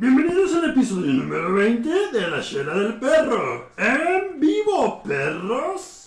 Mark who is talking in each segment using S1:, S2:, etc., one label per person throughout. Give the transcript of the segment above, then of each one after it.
S1: Bienvenidos al episodio número 20 de La Chela del Perro. En vivo, perros.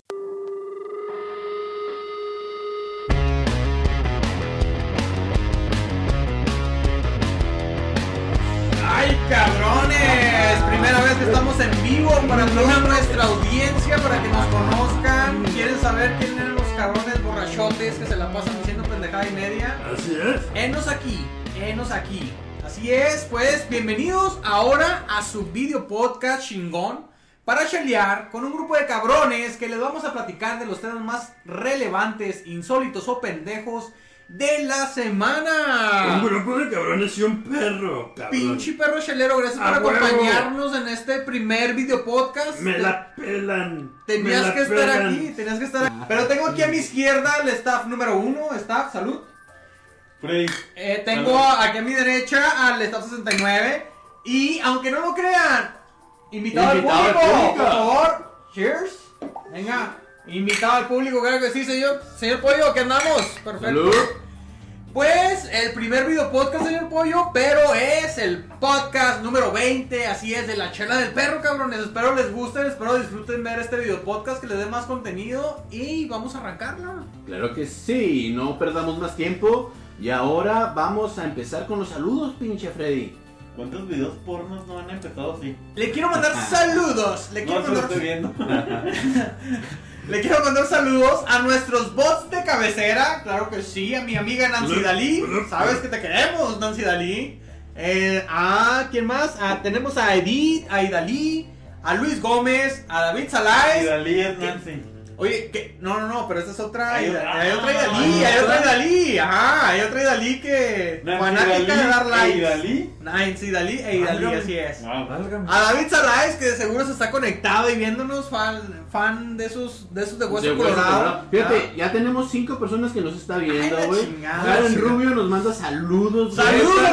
S2: ¡Ay, cabrones! Primera vez que estamos en vivo para toda nuestra audiencia, para que nos conozcan. ¿Quieren saber quién eran los cabrones borrachotes que se la pasan diciendo pendejada y media?
S1: Así es.
S2: Enos aquí, enos aquí. Así es, pues bienvenidos ahora a su video podcast chingón para chelear con un grupo de cabrones que les vamos a platicar de los temas más relevantes, insólitos o pendejos de la semana.
S1: Un grupo de cabrones y un perro. cabrón.
S2: Ah. Pinche perro chelero, gracias
S1: A
S2: por
S1: huevo.
S2: acompañarnos en este primer video podcast.
S1: Me
S2: Te-
S1: la pelan.
S2: Tenías
S1: me la
S2: que estar
S1: pelan.
S2: aquí, tenías que estar aquí. Pero tengo aquí a mi izquierda el staff número uno, staff, salud.
S3: Freddy,
S2: Eh, tengo
S3: Salud.
S2: aquí a mi derecha al staff 69. Y aunque no lo crean, invitado,
S3: Invitado
S2: al
S3: al
S2: público,
S3: público.
S2: por favor. Cheers. Venga, invitado al público, claro que sí, señor. Señor Pollo, ¿qué andamos? Perfecto.
S3: salud.
S2: Pues el primer video podcast, señor Pollo, pero es el podcast número 20, así es, de la chela del perro, cabrones. Espero les gusten, espero disfruten ver este video podcast, que les dé más contenido y vamos a arrancarla.
S3: Claro que sí, no perdamos más tiempo. Y ahora vamos a empezar con los saludos, pinche Freddy.
S4: ¿Cuántos videos pornos no han empezado así?
S2: Le quiero mandar saludos, le
S4: Ah. No,
S2: quiero,
S4: eso lo
S2: mandar,
S4: estoy viendo.
S2: le quiero mandar saludos a nuestros bots de cabecera, claro que sí, a mi amiga Nancy Dalí, sabes que te queremos, Nancy Dalí. Eh, a quién más? Ah, tenemos a Edith, a Idalí, a Luis Gómez, a David
S4: Y
S2: Salaez.
S4: Dalí es Nancy.
S2: Oye, ¿qué? No, no, no, pero esta es otra. Hay,
S4: Hay otra.
S2: otra
S4: Ah,
S2: Idalí,
S4: hay
S2: hay otra
S4: otra.
S2: Idalí. Ajá, hay otra Idalí que. Fanática de dar
S4: ¿Y
S2: likes.
S4: Dalí?
S2: Nancy Idalí
S4: Ah,
S2: e Idalí,
S1: Válgame.
S2: así es.
S4: Wow.
S1: Válgame.
S2: A David Salaez, que de seguro se está conectado y viéndonos, fan, fan de esos de, esos de hueso
S3: De hueso
S2: colorado. Ah.
S3: colorado. Fíjate, ya tenemos cinco personas que nos está viendo,
S2: Ay, la
S3: güey.
S2: chingada, la
S3: Karen
S2: chingada.
S3: Rubio nos manda saludos. güey.
S2: Ah. ¡Saludos,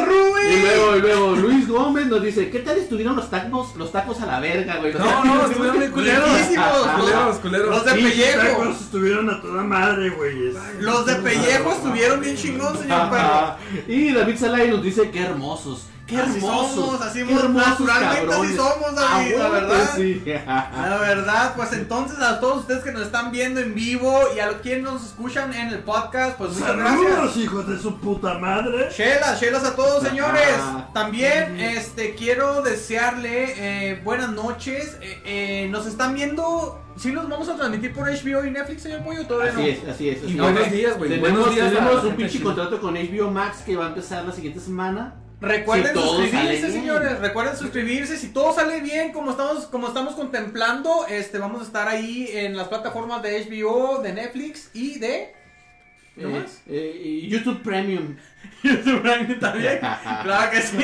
S3: Y
S2: Rubén!
S3: luego, y luego Luis Gómez nos dice, ¿qué tal estuvieron los tacos, los tacos a la verga, güey?
S5: No, no, estuvieron muy culeros.
S2: Culerísimos,
S3: Ajá.
S5: Culeros, culeros.
S2: Los de
S1: Pinches
S2: pellejo.
S1: tacos estuvieron a toda madre, güeyes.
S2: Los de pellejo estuvieron bien chingón, señor perro.
S3: Ajá. Y David Salai nos dice, qué hermosos, qué
S2: Así
S3: hermosos.
S2: somos, así
S3: qué
S2: somos,
S3: hermosos
S2: naturalmente así
S3: cabrones".
S2: somos, David,
S3: Ah,
S2: la
S3: bueno,
S2: verdad.
S3: sí.
S2: La verdad, pues entonces a todos ustedes que nos están viendo en vivo y a quienes nos escuchan en el podcast, pues muchas gracias.
S1: Saludos, hijos de su puta madre.
S2: Chelas, chelas a todos, señores.
S3: Ajá.
S2: También este quiero desearle eh, buenas noches. Eh, eh, nos están viendo. Si nos vamos a transmitir por HBO y Netflix, señor Pollo, todavía no.
S3: Así es, así es. así
S5: Y
S3: es.
S5: buenos días, güey.
S3: Tenemos,
S5: Buenos días. a la
S3: tenemos un
S5: gente
S3: pinche
S5: chida.
S3: contrato con HBO Max que va a empezar la siguiente semana.
S2: Recuerden
S3: Si todo sale
S2: suscribirse,
S3: bien.
S2: señores. Recuerden suscribirse. Si todo sale bien, como estamos, como estamos contemplando, este, vamos a estar ahí en las plataformas de HBO, de Netflix y de ¿No
S3: Eh,
S2: más?
S3: eh, y YouTube Premium.
S2: YouTube Prime también. Claro que sí.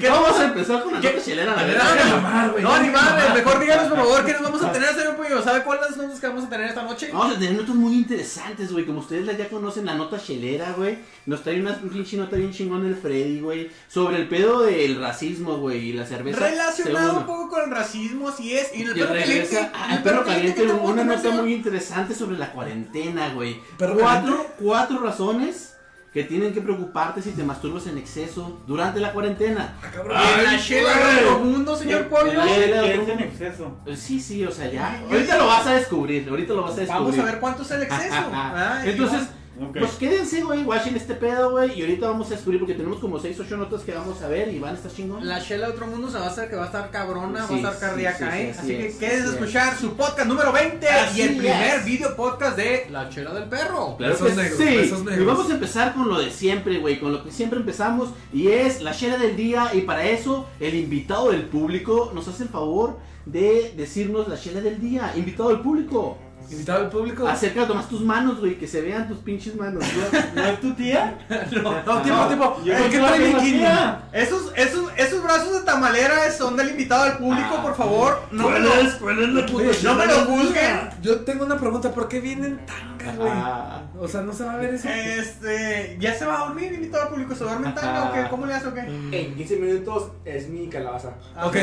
S2: ¿Qué
S3: Vamos a empezar con la
S2: ¿Qué?
S3: nota chilena, la
S2: No,
S3: verdad.
S2: ni-
S5: mamar, güey,
S2: No,
S5: no
S2: ni
S5: ni
S2: mames,
S5: mamar.
S2: mejor díganos por favor qué nos vamos a tener, señor Pollo. ¿Sabe cuáles son las que vamos a tener esta noche?
S3: Vamos a tener notas muy interesantes, güey. Como ustedes la- ya conocen, la nota chelera, güey. Nos trae una pinche nota bien chingón el Freddy, güey. Sobre el pedo del racismo, güey. Y la cerveza.
S2: Relacionado un
S3: según-
S2: poco con el racismo, así es. Y en el
S3: Y
S2: perro caliente.
S3: regresa
S2: en
S3: al
S2: el
S3: perro
S2: ¿qué
S3: caliente
S2: te puedo
S3: una
S2: tener,
S3: nota
S2: señor?
S3: muy interesante sobre la cuarentena, güey.
S5: ¿Perro
S3: Cuatro, cuatro razones que tienen que preocuparte si te masturbas en exceso durante la cuarentena.
S2: Y en la
S1: Ay,
S2: chela
S1: güey.
S2: de otro mundo, señor Pollo.
S3: Ay,
S4: ¿Qué es en exceso?
S3: Eh, Sí, sí, o sea, ya. Ahorita lo vas a descubrir, ahorita lo vas a descubrir.
S2: Vamos a ver cuánto es el exceso.
S3: Ajá.
S2: Ay,
S3: Entonces,
S4: Ok.
S3: pues quédense, güey, watchen este pedo, güey. Y ahorita vamos a descubrir porque tenemos como 6 8 notas que vamos a ver y van a estar chingón.
S2: La chela de otro mundo se va a hacer que va a estar cabrona,
S3: Sí,
S2: va a estar
S3: sí,
S2: cardíaca,
S3: sí, sí,
S2: ¿eh?
S3: así
S2: Así que
S3: es,
S2: quieres
S3: así es.
S2: escuchar su podcast número 20 y
S3: Así
S2: el primer
S3: es.
S2: video podcast de La chela del perro.
S3: Claro
S5: Besos
S3: que
S5: negros,
S3: sí.
S5: besos negros.
S3: Y vamos a empezar con lo de siempre, güey, con lo que siempre empezamos y es la chela del día y para eso el invitado del público nos hace el favor de decirnos la chela del día, invitado del público.
S5: Invitado al público.
S3: Acerca nomás tus manos, güey, que se vean tus pinches manos. güey.
S4: ¿No es tu tía?
S2: No, tiempo, tiempo.
S4: Yo
S2: ¿Por qué
S4: no
S2: trae
S4: tengo
S2: bikini?
S4: tía.
S2: Esos, esos, esos brazos de tamalera son del invitado al público,
S3: Ah.
S2: por favor. No me
S1: ¿Cuál
S2: lo,
S1: es? ¿Cuál es la puta
S5: no
S1: chela
S2: me lo
S1: del
S2: juzguen.
S1: día?
S5: Yo tengo una pregunta, ¿por qué vienen tangas, güey?
S3: Ah.
S5: O sea, no se va a ver eso.
S2: Este, ya se va a dormir el invitado al público, se duerme tarde o qué? ¿Cómo le hace o qué?
S6: En 15 minutos es mi calabaza.
S5: Ok,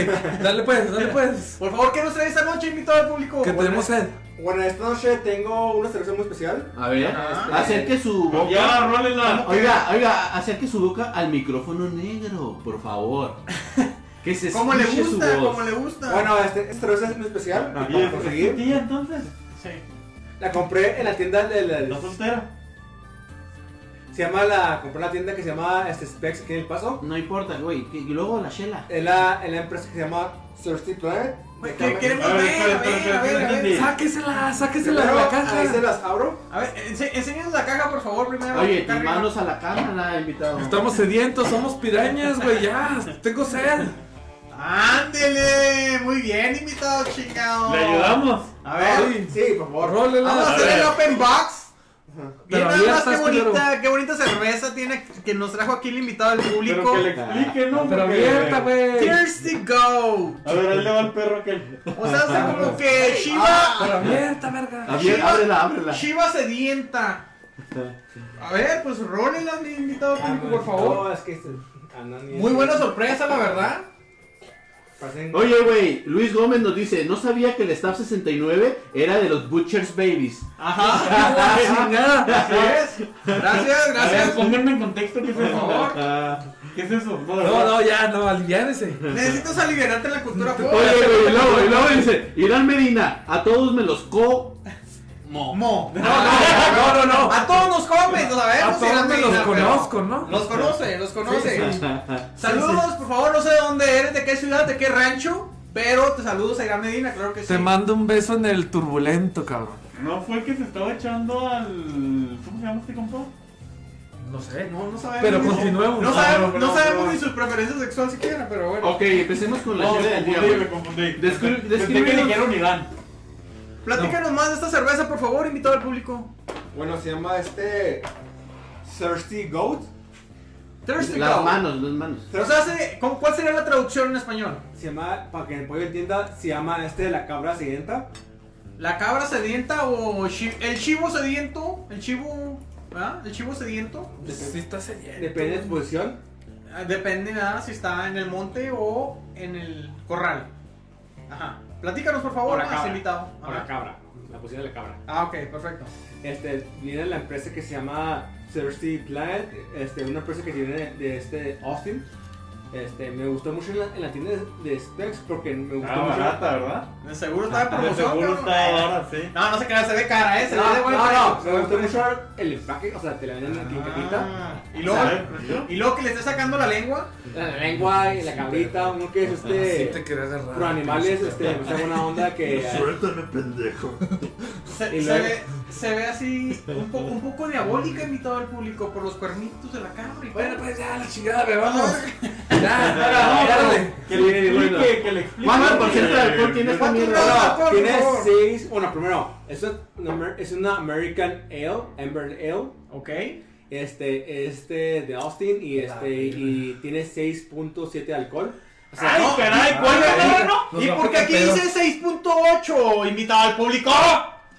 S5: dale pues, dale pues.
S2: Por favor, ¿qué nos trae esta noche, invitado al público?
S5: Que tenemos sed.
S6: Bueno, esta noche tengo una selección muy especial.
S3: A ver,
S2: Ajá.
S3: acerque su boca.
S4: Ya, rólela.
S3: Oiga, oiga, acerque su boca al micrófono negro, por favor. Que se
S2: Como le
S3: escuche
S2: gusta,
S3: su voz.
S2: como le gusta.
S6: Bueno, este, esta cerveza es muy especial. La
S4: Oye,
S6: conseguí.
S4: ¿Tía entonces?
S2: Sí.
S6: La compré en la tienda de la-
S4: ¿Estás soltera?
S6: se llama la compré en la tienda que se llama este Specs aquí en El Paso.
S3: No importa, güey. que- Y luego la chela.
S6: Es la, es la empresa que se llama Thirsty Planet.
S2: Güey,
S6: Déjame-
S2: ¿qué queremos
S4: A ver,
S2: ver? A
S4: espera,
S2: ver,
S4: espera,
S2: a ver,
S4: espera,
S2: a ver.
S4: espera.
S5: Sáquesela, sáquesela de
S6: Primero,
S5: la
S6: ahí se
S5: caja.
S6: las abro.
S2: A ver, ense- enséñanos la caja, por favor, primero.
S3: Oye, tus
S2: Carrie.
S3: manos a la cámara, invitado.
S5: Estamos sedientos, somos pirañas, güey, ya. Tengo sed.
S2: Ándele, muy bien, invitado, chingado.
S4: ¿Le ayudamos?
S2: A ver,
S5: Sí.
S6: Sí, por favor.
S2: vamos a
S5: Rólela.
S4: ver.
S2: hacer el open box. Bien,
S5: Pero
S2: Ah, nada
S5: abiertas
S2: más qué
S5: primero.
S2: bonita, qué bonita cerveza tiene que nos trajo aquí el invitado del
S4: Pero
S2: público.
S4: que le explique, ¿no?
S5: Ah, Pero
S4: Porque-
S5: abierta, güey.
S2: Tears to go.
S4: A ver, ahí le va el perro aquel.
S2: O sea, hace como que Shiva,
S5: Pero abierta, verga.
S3: Abier-
S2: Shiva-
S3: ábrela, ábrela.
S2: Shiva sedienta. A ver, pues rólela, mi invitado
S6: Ah,
S2: público, por favor.
S6: No, es que este. ah, no, ni-
S2: Muy buena sorpresa, la verdad.
S6: Parecen-
S3: Oye, güey, Luis Gómez nos dice, no sabía que el Staff 69 era de los Butcher's Babies.
S2: Ajá.
S5: Chingada.
S2: Ah, Así es. Gracias,
S4: A ver, pues,
S2: gracias.
S4: pónganme en contexto, ¿qué es
S2: Por
S4: eso?
S2: favor.
S4: ¿Qué es eso?
S5: No, no, ya, no, aliviánese.
S2: Necesitas aliviarte en la cultura pop.
S3: Oye, güey, y luego, y luego dice, Irán Medina, a todos me los co...
S2: Mo. No, no,
S5: No, no, no.
S2: A pues, todos los jóvenes, lo sabemos.
S5: A todos
S2: eran
S5: me los
S2: Medina, pero-
S5: conozco, ¿no?
S2: Los conoce, los conoce. Saludos, por favor, no sé de dónde eres, de qué ciudad, de qué rancho, pero te saludos a Irán Medina, claro que sí.
S5: Te mando un beso en el turbulento, cabrón.
S4: ¿No fue que se estaba echando al. ¿Cómo se llama este compa?
S5: No sé.
S2: No, no sabemos.
S5: Pero
S2: ni su-
S5: continuemos.
S2: No, sabemos,
S4: no,
S2: no sabemos
S4: no.
S2: ni su preferencia sexual siquiera, pero bueno.
S3: ok, empecemos con la
S4: No,
S3: chela
S4: me
S3: del día,
S4: confundí,
S3: güey.
S4: me confundí.
S3: Descri-
S4: Pensé- pensé que
S3: descríbenos-
S4: dijeron Irán.
S2: Platícanos más de esta cerveza, por favor, invitado al público.
S6: Bueno, se llama este. Thirsty Goat.
S2: Thirsty
S3: Las
S2: Cow.
S3: manos, las manos.
S2: O sea, se- ¿cómo- ¿cuál sería la traducción en español?
S6: Se llama, para que el pollo entienda, se llama este la cabra sedienta.
S2: ¿La cabra sedienta o chi- el chivo sediento? El chivo. ¿Verdad? ¿El chivo sediento?
S5: Sí, está sediento.
S6: Depende de tu posición.
S2: Ah, Depende nada si está en el monte o en el corral. Ajá. Platícanos, por favor,
S6: O la
S2: más
S6: cabra.
S2: invitado.
S6: O la
S2: Ajá.
S6: cabra. La posición de la cabra.
S2: Ah, ok, perfecto.
S6: Este, viene la empresa que se llama Thirsty Planet. Este, una empresa que tiene de, este Austin. Este, me gustó mucho en la, en la tienda de, de Specs porque me gustó
S4: Está
S6: mucho.
S4: barata, Ah, ¿verdad?
S2: De seguro está en
S4: Ah, De
S2: promoción.
S4: seguro
S2: cabrón.
S4: está barata, sí.
S2: No, no se crea, se ve cara, eh. Se ve de
S6: No,
S2: buena
S6: no,
S2: cara.
S6: no, me gustó mucho el empaque, o sea, te la venden en
S2: Ah,
S6: quinquetita.
S2: Y
S4: A
S2: luego,
S4: ver,
S2: y luego que le esté sacando la lengua.
S6: La lengua y la cabrita, uno que es
S5: Sí te
S6: este.
S5: quería agarrar.
S6: Pro animales, este, o sea, buena onda que.
S1: Suéltame, pendejo.
S2: Se,
S6: Y
S2: se
S6: luego-
S2: ve, se ve así un, po- un poco diabólica invitado al público por los cuernitos de la cabra. y
S5: Bueno,
S2: todo.
S5: pues ya, la chingada, bebamos. Ya,
S4: Ah,
S5: dale.
S4: Que le
S3: Sí, bueno.
S4: explique, que le explique.
S3: ¿Cuánto por ciento de alcohol tiene esta
S2: ¿Cuánto
S3: mierda?
S2: grado? por
S6: tiene
S2: favor.
S6: 6. Bueno, primero, es una, Amer- es una American Ale, Amber Ale.
S2: Ok.
S6: Este, este de Austin y este y tiene 6.7 de alcohol. O sea,
S4: Pues, Ay,
S6: no,
S4: caray,
S2: Oye,
S4: ¿cuál
S2: no,
S4: es?
S2: no, no,
S5: Nos
S2: ¿Y
S5: va a
S2: por qué
S5: poner
S2: aquí
S5: pedo.
S2: dice 6.8 invitado al público?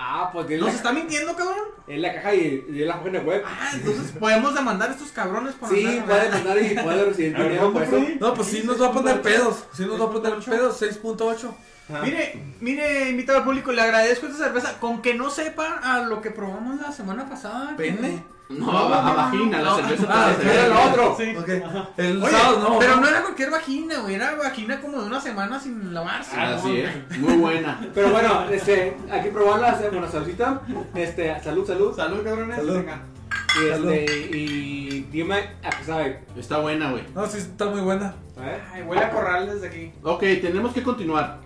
S6: Ah, pues es
S2: ¿Nos
S6: la,
S2: está mintiendo, cabrón?
S6: es la caja y, y es la página web.
S2: Ah, entonces podemos demandar a estos cabrones por
S6: Sí,
S2: andar-
S6: puede mandar y puede recibir
S4: A ver,
S6: dinero por
S4: ¿cuánto,
S6: eso.
S4: Freddy?
S5: No, pues sí nos va a poner pedos. Sí nos va a poner pedos. 6.8.
S6: Ajá.
S2: Mire, mire, invitado al público, le agradezco esta cerveza, con que no sepa a lo que probamos la semana pasada.
S5: ¿Pene?
S3: No, a, a vagina, la
S2: No.
S3: cerveza
S5: Ah,
S3: para
S5: espera,
S3: cerveza.
S5: la otra.
S2: Sí.
S5: Ok. El
S2: Oye,
S5: sábado no.
S2: pero no era cualquier vagina, güey, era vagina como de una semana sin lavarse.
S4: Ah,
S3: Así es, muy buena.
S6: Pero bueno, este, aquí probarla, eh, bueno, saludita. Este, salud, salud.
S2: Salud, cabrones.
S5: Salud.
S2: Venga.
S6: Y
S5: Salud.
S6: este, y dime ah, pues, a qué sabe.
S3: Está buena, güey.
S5: No, sí está muy buena.
S6: A ver.
S2: Ay, huele a corral desde aquí.
S3: Ok, tenemos que continuar.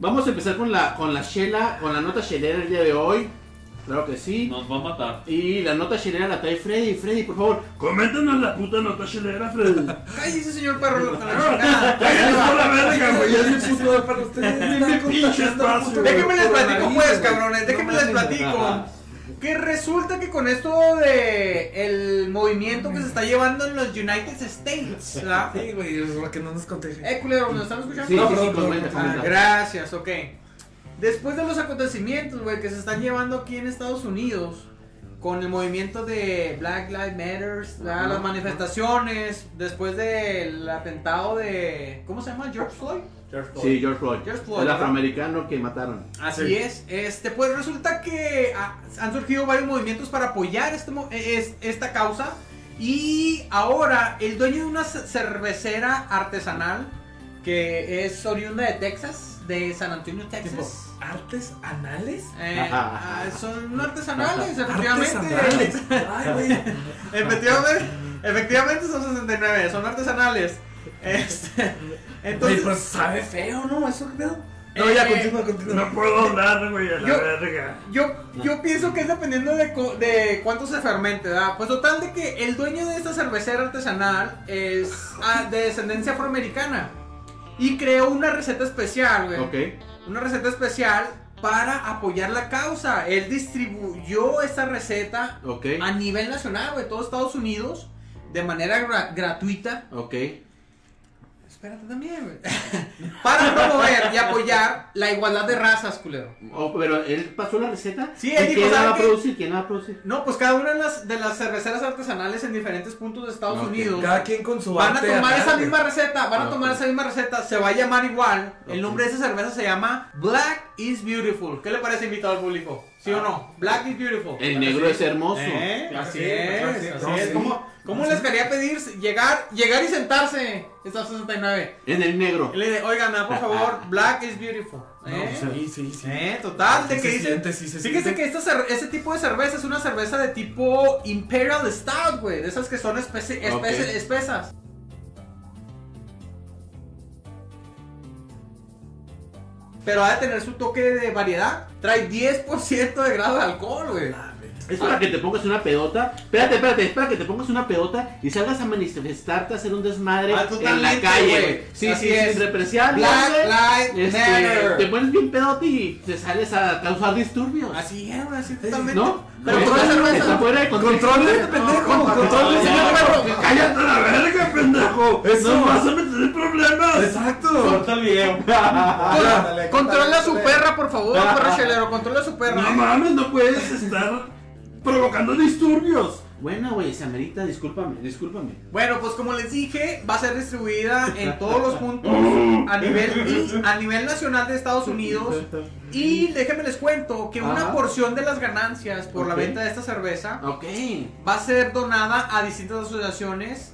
S3: Vamos a empezar con la con la shela, con la nota shelera el día de hoy. Claro que sí.
S4: Nos va a matar.
S3: Y la nota shelera la trae Freddy. Freddy, por favor.
S1: Coméntanos la puta nota chelera, Freddy.
S2: Cállese, señor perro, lo que le voy a sacar.
S1: Cállate por la verga, güey.
S5: Ya es mi puto de para ustedes. están
S1: pinche
S5: contagiando
S1: espacio.
S5: puto
S2: Déjenme les
S5: coronavirus,
S2: platico pues,
S5: güey.
S2: cabrones, déjenme les platico.
S3: Ajá.
S2: Que resulta que con esto de el movimiento que se está llevando en los United States, ¿verdad?
S5: Sí, güey, es para que no nos contagie.
S2: Eh, culero, ¿nos están escuchando?
S3: Sí,
S5: No,
S3: sí, sí,
S5: perdón,
S3: comenta,
S5: perdón.
S2: Ah,
S3: comenta.
S2: gracias, ok. Después de los acontecimientos, güey, que se están llevando aquí en Estados Unidos, con el movimiento de Black Lives Matter, la- las manifestaciones, después del atentado de. ¿Cómo se llama? George Floyd.
S6: George Floyd.
S3: Sí, George Floyd.
S2: George Floyd,
S3: El
S2: ¿verdad?
S3: afroamericano que mataron.
S2: Así
S5: Sí.
S2: es, este pues resulta que ah, han surgido varios movimientos para apoyar este, mo- eh, es- esta causa y ahora el dueño de una ce- cervecera artesanal que es oriunda de Texas, de San Antonio,
S5: Tipo,
S2: Texas.
S5: ¿Artes anales?
S2: eh,
S3: Ajá.
S2: ah, son artesanales,
S5: ¿Artes
S2: efectivamente.
S5: anales? Ay, güey.
S2: Efectivamente, efectivamente son 69, son artesanales. Este,
S5: Güey,
S2: entonces,
S5: pues sabe feo, ¿no? Eso qué pedo. No,
S2: Eh,
S5: ya,
S2: eh,
S5: continúa, continúa.
S1: No puedo hablar, güey, a la
S2: Yo-
S1: verga.
S2: Yo, yo pienso que es dependiendo de, co- de cuánto se fermente, ¿verdad? Pues total de que el dueño de esta cervecera artesanal es ah, de descendencia afroamericana y creó una receta especial, güey.
S3: Ok.
S2: Una receta especial para apoyar la causa. Él distribuyó esta receta
S3: Ok.
S2: a nivel nacional, güey, todo Estados Unidos, de manera gra- gratuita.
S3: Ok.
S2: Espérate también, güey. Para promover y apoyar la igualdad de razas, culero.
S3: Oh, pero él pasó la receta.
S2: Sí,
S3: ¿Y
S2: él dijo,
S3: quién la
S2: ¿saben
S3: va a
S2: qué?
S3: producir? ¿Quién la va a producir?
S2: No, pues cada una de las, de las cerveceras artesanales en diferentes puntos de Estados
S3: Ok.
S2: Unidos
S5: Cada quien con su
S2: van a
S5: arte
S2: tomar
S5: anal,
S2: esa
S5: güey.
S2: misma receta, van a
S3: Ah,
S2: tomar
S3: ok.
S2: esa misma receta, se va a llamar igual. El
S3: Ok.
S2: nombre de esa cerveza se llama Black is Beautiful. ¿Qué le parece invitado al público? ¿Sí o no? Black is Beautiful.
S3: El negro es hermoso.
S2: ¿Eh?
S4: Claro
S2: Así
S4: que sí,
S2: es,
S4: claro que
S2: así
S4: sí.
S2: es.
S5: No, sí.
S2: ¿Cómo, cómo les quería pedir llegar, llegar y sentarse? Estas 69.
S3: En el negro.
S2: Y le dije, oigan, ah, por favor, Black is Beautiful. ¿eh?
S5: No, sí, sí, sí.
S2: Eh, total, de
S5: Sí
S2: que
S5: se
S2: dicen.
S5: siente, sí se
S2: Fíjense
S5: siente.
S2: que esta cer- este tipo de cerveza es una cerveza de tipo Imperial Stout, güey. De esas que son especi- espe-
S3: Ok.
S2: espesas. Pero ha de tener su toque de variedad. Trae 10% de grado de alcohol, güey.
S3: Es para que te pongas una pedota. Espérate, espérate, es para que te pongas una pedota y salgas a manifestarte, a hacer un desmadre
S2: Ah,
S3: en la
S2: totalmente,
S3: calle.
S2: güey.
S3: güey. Sí,
S2: Así
S3: sí,
S2: es.
S3: sin represar.
S2: Black
S3: güey.
S2: Lives
S3: Este,
S2: Matter.
S3: te pones bien pedote y te sales a causar disturbios.
S2: Así es, güey, así totalmente.
S3: ¿No?
S2: Pero
S3: Está-
S2: por esa
S3: está
S2: cerveza. este
S3: fuera de contexto.
S5: Control de pendejo,
S2: no,
S5: control este
S3: no,
S5: de
S3: no,
S5: señor perro.
S1: ¡Cállate la verga, pendejo!
S5: Eso.
S1: ¡No vas a meter en problemas!
S5: Exacto. Ah,
S4: Corta el video.
S2: Con-
S5: Pues,
S7: Ándale,
S2: Controla
S7: ándale.
S2: su perra, por favor,
S3: Ah,
S2: perro chelero. Controla su perra.
S1: No mames, no puedes estar provocando disturbios.
S3: Bueno, güey, se amerita, discúlpame, discúlpame.
S2: Bueno, pues como les dije, va a ser distribuida en todos los puntos a nivel, y- a nivel nacional de Estados Unidos. Y déjenme les cuento que una
S3: Ajá.
S2: porción de las ganancias por la
S3: Ok.
S2: venta de esta cerveza
S3: Ok.
S2: va a ser donada a distintas asociaciones,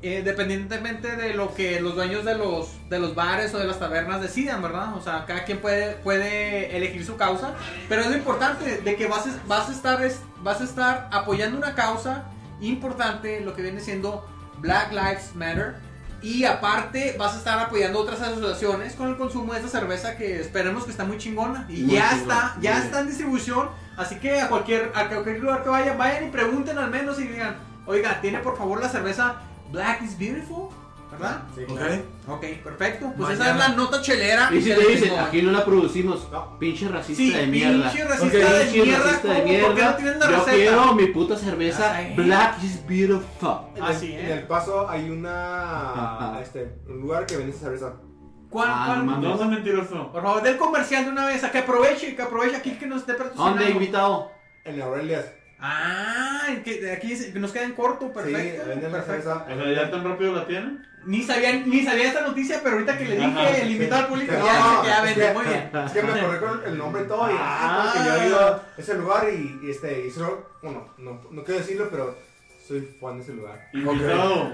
S2: eh, dependientemente de lo que los dueños de los, de los bares o de las tabernas decidan, ¿verdad? O sea, cada quien puede, puede elegir su causa, pero es lo importante de que vas, a- vas, a estar, es- vas a estar apoyando una causa importante, lo que viene siendo Black Lives Matter. Y aparte vas a estar apoyando otras asociaciones con el consumo de esta cerveza que esperemos que está muy chingona. Y
S3: Muy
S2: ya
S3: chingona,
S2: está, ya
S3: muy
S2: está en distribución. Así que a cualquier, a cualquier lugar que vayan, vayan y pregunten al menos y digan, oiga, ¿tiene por favor la cerveza Black is Beautiful? ¿Verdad?
S5: Ok.
S2: Ok, perfecto. Pues esa es
S5: Mañana.
S2: la nota chelera.
S3: Y si
S2: del
S3: te dicen,
S2: chingón.
S3: aquí no la producimos,
S7: No.
S3: pinche racista
S2: Sí,
S3: de mierda.
S2: pinche racista
S5: Ok,
S2: de
S3: Pinche
S2: mierda.
S3: racista de
S2: ¿cómo? ¿Por qué no
S3: mierda.
S2: tienen la
S3: Yo
S2: receta?
S3: quiero mi puta cerveza
S2: Así es.
S3: Black is Beautiful.
S7: En el-
S2: Así es.
S7: En el paso hay una.
S3: Ajá.
S7: Este, un lugar que vende esa cerveza.
S2: ¿Cuál,
S3: Ah,
S2: cuál?
S3: no mames.
S4: No seas mentiroso.
S2: Por favor, del comercial de una vez, a que aproveche, que aproveche aquí que nos esté patrocinando.
S3: ¿Dónde invitado?
S7: En Aurelias.
S2: Ah, que de aquí se- que nos queda en corto, perfecto.
S7: Sí, venden la
S2: perfecto.
S7: cerveza.
S4: O sea, ya tan rápido la tienen.
S2: Ni sabía, ni sabía esta noticia, pero ahorita que le dije,
S4: Ajá.
S2: el invitado al público,
S7: No,
S2: ya sé que ya
S7: es
S2: vende,
S7: que-
S2: muy bien.
S7: Es que me acordé con el nombre y todo. Y ah, porque yo he ido a ese lugar y, y este, y solo- bueno, no, no quiero decirlo, pero soy fan de ese lugar.
S4: Invitado.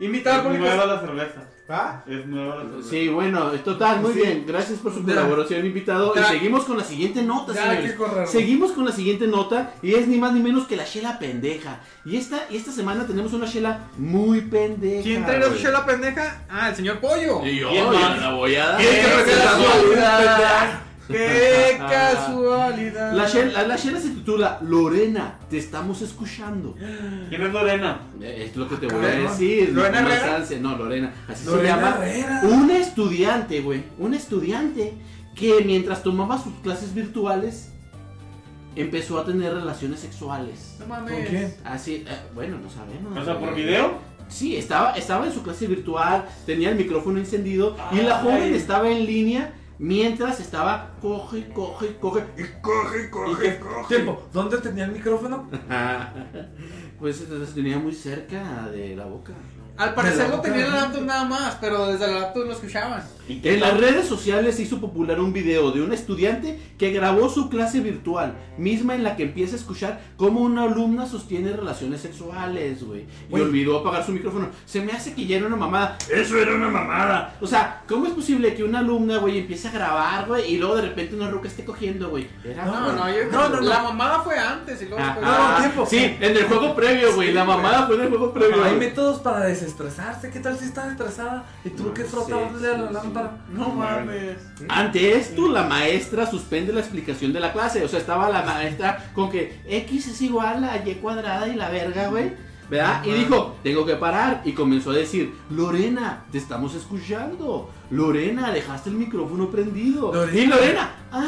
S2: Invitado al
S4: Es
S2: público.
S4: nueva la cerveza.
S7: ¿Ah?
S4: Es nueva la cerveza.
S3: Sí, bueno, es total, muy
S7: Sí.
S3: bien. Gracias por su
S2: Ya.
S3: colaboración, invitado. Y
S2: Ya.
S3: seguimos con la siguiente nota,
S5: Ya,
S3: señores.
S5: qué correr.
S3: Seguimos con la siguiente nota y es ni más ni menos que la chela pendeja. Y esta, y esta semana tenemos una chela muy pendeja.
S2: ¿Quién trae la
S3: güey.
S2: chela pendeja? Ah, el señor Pollo.
S3: Y yo,
S2: Y el man.
S3: la voy a dar.
S2: ¡Qué casualidad! ¡Qué
S3: Ah.
S2: casualidad!
S3: La chela, la- la chela se titula Lorena, te estamos escuchando.
S4: ¿Quién es Lorena?
S3: Eh, Es lo que te voy a
S5: cabrón.
S3: decir.
S2: ¿Lorena
S3: no, no es
S2: Herrera?
S3: Alce, No, Lorena. Así
S5: Lorena
S3: se llama.
S5: Herrera.
S3: Un estudiante, güey. Un estudiante que mientras tomaba sus clases virtuales empezó a tener relaciones sexuales.
S2: No
S5: ¿Con
S2: mames.
S5: quién?
S3: Así, eh, bueno, no sabemos.
S4: O sea, por
S3: güey.
S4: video.
S3: Sí, estaba, estaba en su clase virtual, tenía el micrófono encendido y la
S4: Ay.
S3: joven estaba en línea mientras estaba coge, coge, coge.
S1: Y coge,
S5: ¿Y
S1: coge,
S5: qué?
S1: coge.
S5: Tiempo, ¿dónde tenía el micrófono?
S3: Pues entonces tenía muy cerca de la boca.
S2: Al parecer no tenía la laptop nada más, pero desde la laptop lo escuchaban.
S3: En las redes sociales se hizo popular un video de un estudiante que grabó su clase virtual, misma en la que empieza a escuchar cómo una alumna sostiene relaciones sexuales, güey. Y
S5: Güey.
S3: olvidó apagar su micrófono. Se me hace que ya era una mamada.
S1: Eso era una mamada.
S3: O sea, ¿cómo es posible que una alumna, güey, empiece a grabar, güey, y luego de repente una ruca esté cogiendo, güey? Era
S2: No, no, yo
S5: No, no, no.
S2: La mamada fue antes y luego
S3: Ah,
S2: después.
S3: ah,
S5: no, tiempo.
S3: Sí, en el juego previo, güey. La mamada fue en el juego previo.
S5: Hay
S3: güey.
S5: métodos para desestresarse. ¿Qué tal si está estresada y tuvo que
S3: Sí,
S5: frotarle a la
S3: sí,
S5: lámpara?
S2: No mames.
S3: Ante esto, la maestra suspende la explicación de la clase. O sea, estaba la maestra con que X es igual a Y cuadrada y la verga, güey. ¿Verdad? Y dijo, tengo que parar. Y comenzó a decir, Lorena, te estamos escuchando. Lorena, dejaste el micrófono prendido.
S5: Lorena.
S3: Y Lorena, ah,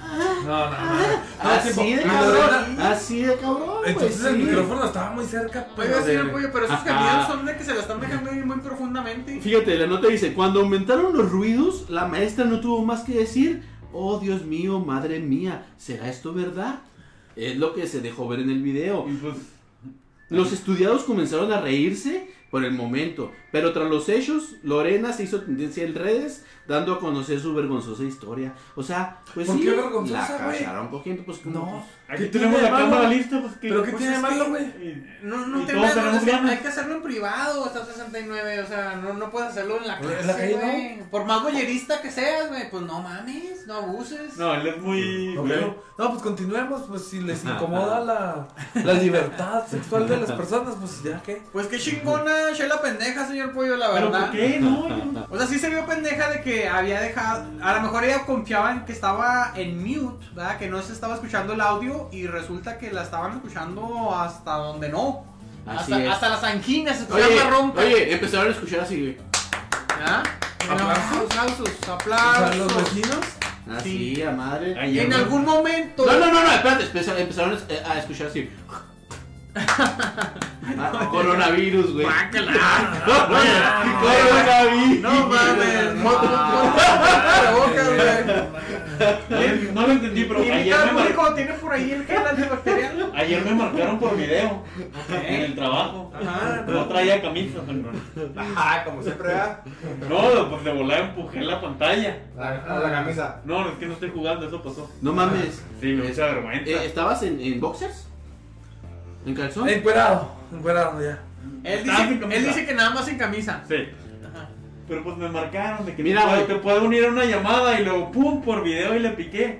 S3: ah,
S5: No, no, no.
S3: ah.
S5: No,
S3: así
S5: tipo,
S3: de
S5: no,
S3: cabrón.
S5: Lorena.
S3: Así de cabrón. güey,
S5: Entonces el
S3: sí.
S5: micrófono estaba muy cerca.
S2: Oiga,
S5: pero
S2: señor
S5: de-
S2: Pollo, pero esos
S3: Ajá.
S2: caminos son de que se la están dejando ir muy profundamente.
S3: Fíjate, la nota dice, cuando aumentaron los ruidos, la maestra no tuvo más que decir, oh Dios mío, madre mía, ¿será esto verdad? Es lo que se dejó ver en el video.
S4: Y pues,
S3: Los estudiados comenzaron a reírse por el momento, pero tras los hechos, Lorena se hizo tendencia en redes, dando a conocer su vergonzosa historia. O sea, pues
S5: ¿Por
S3: sí,
S5: qué vergonzosa,
S3: la
S5: güey?
S3: cacharon cogiendo, pues como...
S5: No.
S4: aquí
S5: ¿Qué
S4: tenemos
S5: tiene
S4: la
S5: de malo?
S4: cámara lista, pues que.
S5: ¿Pero qué
S4: pues,
S5: tiene de
S4: es
S5: malo,
S4: que-
S5: güey?
S4: eh,
S2: No, no
S4: Y
S2: te
S4: todos
S2: metas,
S4: tenemos
S2: o sea,
S4: ganas.
S2: hay que hacerlo en privado hasta 69, o sea, no, no puedes hacerlo en la
S5: Oye,
S2: clase,
S5: Pues, en la calle, ¿no?
S2: güey. Por más bollerista que seas, güey, pues no mames, no abuses.
S4: No, él es muy.
S5: No,
S4: culero.
S5: pero- no, pues continuemos, pues si les incomoda la, la libertad sexual de las personas, pues ya que.
S2: Pues qué chingona, Shela pendeja, señor Pollo, la
S4: ¿Pero
S2: verdad.
S4: por qué? No, yo no.
S2: O sea, sí se vio pendeja de que había dejado. A lo mejor ella confiaba en que estaba en mute, ¿verdad? Que no se estaba escuchando el audio y resulta que la estaban escuchando hasta donde no.
S3: Así
S2: hasta,
S3: es.
S2: hasta las anginas, se
S3: Oye,
S2: escuchaba ronca.
S3: oye, eh, empezaron a escuchar así, güey.
S2: ¿Ah?
S5: ¿Aplausos?
S2: Aplausos,
S5: O sea,
S2: aplausos.
S5: los vecinos.
S3: Así, "Ah, a madre.
S4: Ay,
S2: Y en
S4: ya,
S2: algún momento.
S3: No, no, no, no, espérate, empeza- empezaron eh, a escuchar así. Ah, coronavirus, güey.
S4: Ah,
S3: Coronavirus.
S2: No mames,
S3: No,
S2: mo- mo- mo-
S4: güey. No lo entendí, pero
S2: boca, güey.
S4: ayer
S2: Invita
S4: me,
S2: al
S4: mar-
S2: público, tiene por ahí el gel antibacterial.
S4: ayer me marcaron por video en el trabajo.
S2: Ajá,
S4: No traía camisa, pero-
S7: Ah, como siempre, ¿verdad?
S4: No, pues de volada empujé la pantalla.
S7: La, la camisa.
S4: No, es que no estoy jugando, eso pasó.
S3: No mames.
S4: Sí, me da mucha
S3: Eh,
S4: vergüenza.
S3: ¿Estabas en, en boxers? ¿En calzón?
S5: Ah, Eh, Encuerado, encuerado ya.
S2: Él
S4: Estaba sin
S2: dice,
S4: camisa.
S2: él dice que nada más en camisa.
S4: Sí. Pero pues me marcaron de que
S3: Mira,
S4: te, puedo,
S3: güey.
S4: te puedo unir a una llamada y luego pum por video y le piqué.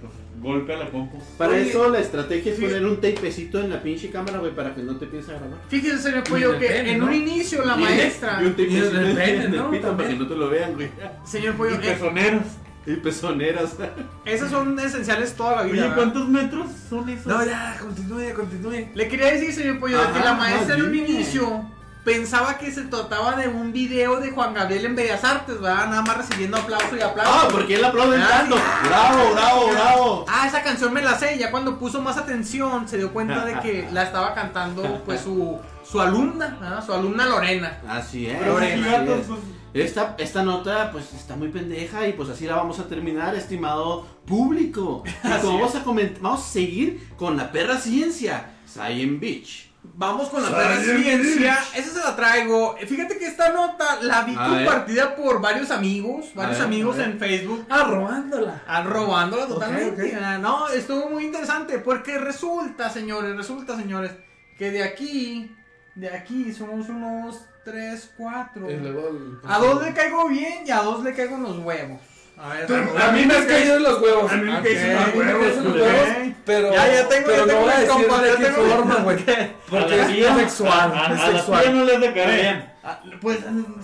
S4: Pues, golpe a la compu.
S3: Para
S2: Oye,
S3: eso la estrategia es
S2: sí.
S3: poner un tapecito en la pinche cámara, güey, para que no te pienses a grabar.
S2: Fíjense, señor Pollo,
S5: el
S2: que
S5: pene,
S2: en
S5: ¿no?
S2: un inicio la
S3: Y-
S2: maestra.
S3: Y un
S5: Y
S3: tapecito
S5: el del pene,
S3: en el
S5: ¿no?
S3: pito para que
S5: También.
S3: no te lo vean, güey.
S2: Señor
S4: Y
S2: Pollo, eh,
S4: pezoneros.
S3: Y pezoneras.
S2: esas son esenciales toda la vida.
S4: Oye,
S2: ¿verdad?
S4: ¿cuántos metros son esos?
S5: No, ya, continúe, continúe.
S2: Le quería decir, señor Pollo, de que
S3: Ajá,
S2: la maestra en un
S3: dime.
S2: inicio pensaba que se trataba de un video de Juan Gabriel en Bellas Artes, ¿verdad? Nada más recibiendo aplauso y aplauso.
S3: Ah, porque él aplaude
S2: Ah,
S3: tanto.
S2: sí.
S3: Bravo, bravo, bravo.
S2: Ah, esa canción me la sé. Ya cuando puso más atención se dio cuenta de que la estaba cantando pues su, su alumna, ¿ah? su alumna Lorena.
S3: Así es.
S4: Pero
S3: así
S4: sí,
S3: es.
S4: gatos, pues,
S3: Esta, esta nota pues está muy pendeja y pues así la vamos a terminar, estimado público. Y como vamos a coment- vamos a seguir con la perra ciencia, Science Beach.
S2: Vamos con la
S1: Sale
S2: perra
S1: bien.
S2: ciencia. Esa se la traigo. Eh, Fíjate que esta nota la vi
S3: A ver.
S2: compartida por varios amigos, varios
S3: ver,
S2: amigos
S3: a ver.
S2: en Facebook.
S5: Ah, robándola.
S2: Ah, robándola totalmente.
S5: ok.
S2: Ah, No, estuvo muy interesante porque resulta, señores, resulta, señores, que de aquí, de aquí somos unos 3, 4.
S5: Y luego el-
S2: A dos le caigo bien y a dos le caigo en los huevos. A ver,
S1: Te-
S5: A mí me has caído en los huevos.
S1: A mí me caíste
S5: Ok,
S1: los huevos,
S5: me caíste en los
S1: culero.
S5: huevos, Pero,
S2: Ya, ya tengo,
S5: pero
S2: ya tengo
S5: no voy a
S2: mis
S5: decir
S2: compas, ya
S5: de qué
S2: tengo mis
S5: forma, güey.
S4: a
S5: Porque
S4: la
S5: es
S4: tía-
S5: sexual,
S4: A, a,
S5: es
S4: a la
S5: sexual.
S4: tía no les decaerían.
S2: ah, pues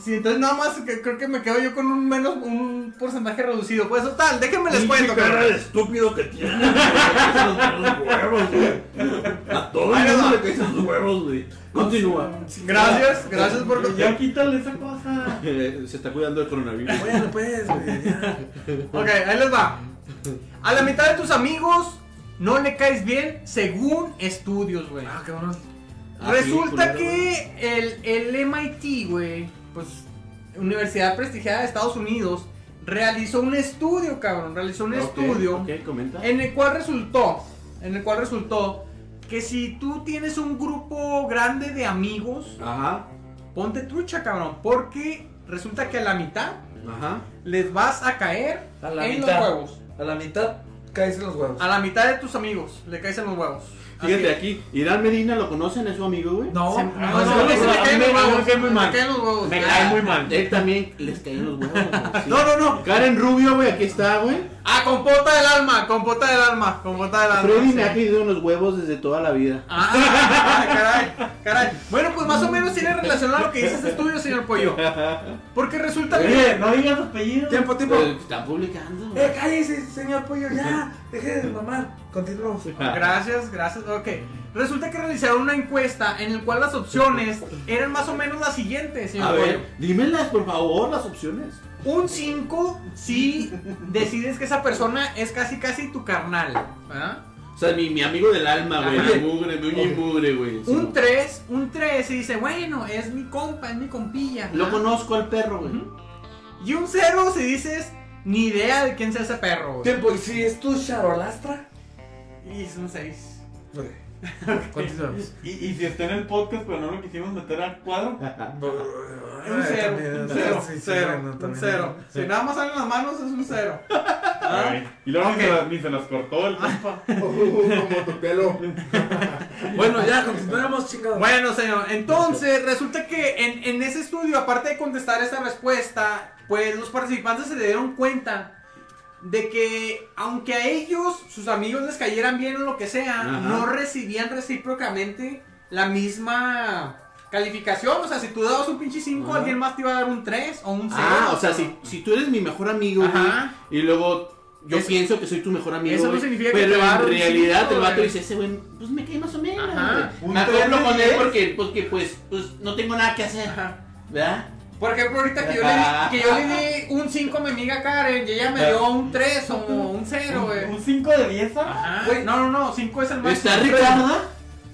S2: si entonces nada más que- creo que me quedo yo con un menos un porcentaje reducido. Pues total, déjenme les cuento.
S1: Pinche cara
S2: cabrón.
S1: de estúpido que tiene. güey. Esos huevos, güey. A todo el
S2: Ahí
S1: mundo
S2: va.
S1: le caen sus huevos, güey. Continúa.
S2: Gracias, gracias por
S4: Ya quítale esa cosa.
S3: Eh, se está cuidando del coronavirus.
S5: Bueno, pues, güey, ya.
S2: Ok, ahí les va. A la mitad de tus amigos no le caes bien según estudios, güey.
S5: Ah, cabrón.
S3: Ah,
S2: Resulta
S3: sí, culero,
S2: que el, el MIT, güey, pues universidad prestigiada de Estados Unidos, realizó un estudio, cabrón, realizó un
S3: Ok,
S2: estudio
S3: Ok, comenta.
S2: en el cual resultó, en el cual resultó que si tú tienes un grupo grande de amigos,
S3: Ajá,
S2: ponte trucha, cabrón, porque resulta que a la mitad
S3: ajá.
S2: les vas a caer
S5: A la
S2: en
S5: mitad.
S2: los huevos.
S5: A la mitad caes en los huevos.
S2: A la mitad de tus amigos le caes en los huevos.
S3: Fíjate
S2: Así.
S3: aquí, Irán Medina lo conocen, es su amigo, güey.
S5: No,
S2: Se-
S5: no,
S2: no, no, no,
S5: no,
S2: ese le
S5: no,
S2: cae en
S4: me-
S2: los
S4: me
S2: huevos,
S4: cae muy
S2: le
S4: mal.
S2: cae en los
S3: Pues
S2: huevos. Ah.
S4: Me cae muy mal.
S3: Él también les caen los huevos. güey, sí.
S2: No, no, no.
S3: Karen Rubio, güey, aquí está, güey.
S2: Ah, compota del alma, compota del alma, compota del alma.
S3: Freddy me
S2: sí.
S3: ha caído en los huevos desde toda la vida.
S2: Ah, caray, caray. Bueno, pues más o menos tiene relación a lo que dice este estudio, señor Pollo. Porque resulta
S4: Oye,
S2: que.
S4: no digas tu apellido.
S5: Tiempo, tiempo.
S3: Pero Está pues, publicando, güey.
S5: Eh, cállese, señor pollo, ya. Deje de mamar. Continuamos.
S2: Gracias, gracias. Ok. Resulta que realizaron una encuesta en la cual las opciones eran más o menos las siguientes,
S3: A
S2: señor Pollo.
S3: ver, dímelas, por favor, las opciones.
S2: Un 5 si decides que esa persona es casi casi tu carnal. ¿verdad?
S3: O sea, mi, mi amigo del alma, güey.
S2: Ajá.
S3: Mi mugre, mi uña y mugre, güey. Sí.
S2: Un 3, un 3 si dice, bueno, es mi compa, es mi compilla.
S3: Lo
S2: ¿verdad?
S3: conozco al perro, güey.
S2: Y un 0 si dices, ni idea de quién sea ese perro. güey.
S5: Tiempo, ¿y si es tu charolastra?
S2: Y es un 6.
S5: Continuamos.
S4: Y, y si está en el podcast, pero no lo quisimos meter al cuadro.
S3: Eh,
S2: Un cero, un cero,
S5: eh, Sí, sí,
S2: cero,
S5: bueno,
S2: un
S5: también.
S2: cero. Si nada más salen las manos es un cero. ¿Ah?
S4: Ay, Ah, Y luego
S2: Ok.
S4: ni, se las, ni se las cortó el compa.
S7: Como tu pelo.
S5: Bueno, ya, continuamos, chingados.
S2: Bueno, señor, entonces resulta que en, en ese estudio, aparte de contestar esa respuesta, pues los participantes se dieron cuenta de que aunque a ellos, sus amigos les cayeran bien o lo que sea,
S3: Ajá.
S2: no recibían recíprocamente la misma calificación. O sea, si tú dabas un pinche 5,
S3: Ajá.
S2: alguien más te iba a dar un 3 o un 0.
S3: Ah, o sea, si, si tú eres mi mejor amigo, güey,
S2: Ajá.
S3: y luego yo
S2: Eso-
S3: pienso que soy tu mejor amigo,
S2: eso no
S3: güey,
S2: significa que
S3: pero
S2: te va a dar
S3: en
S2: un
S3: realidad
S2: cinco,
S3: el vato
S2: güey.
S3: dice, ese güey, pues me cae más o menos,
S2: Ajá.
S3: güey.
S4: Un
S3: me acoplo
S4: tres de
S3: con él
S4: diez.
S3: porque, porque pues, pues no tengo nada que hacer,
S2: Ajá.
S3: ¿verdad?
S2: Por ejemplo, ahorita que yo le di, que yo le di un 5 a mi amiga Karen y ella me dio un 3 o un 0, güey.
S4: ¿Un 5 de 10? ah?
S2: Ajá. Güey, No, no, no, 5 es el máximo.
S3: ¿Está Ricarda?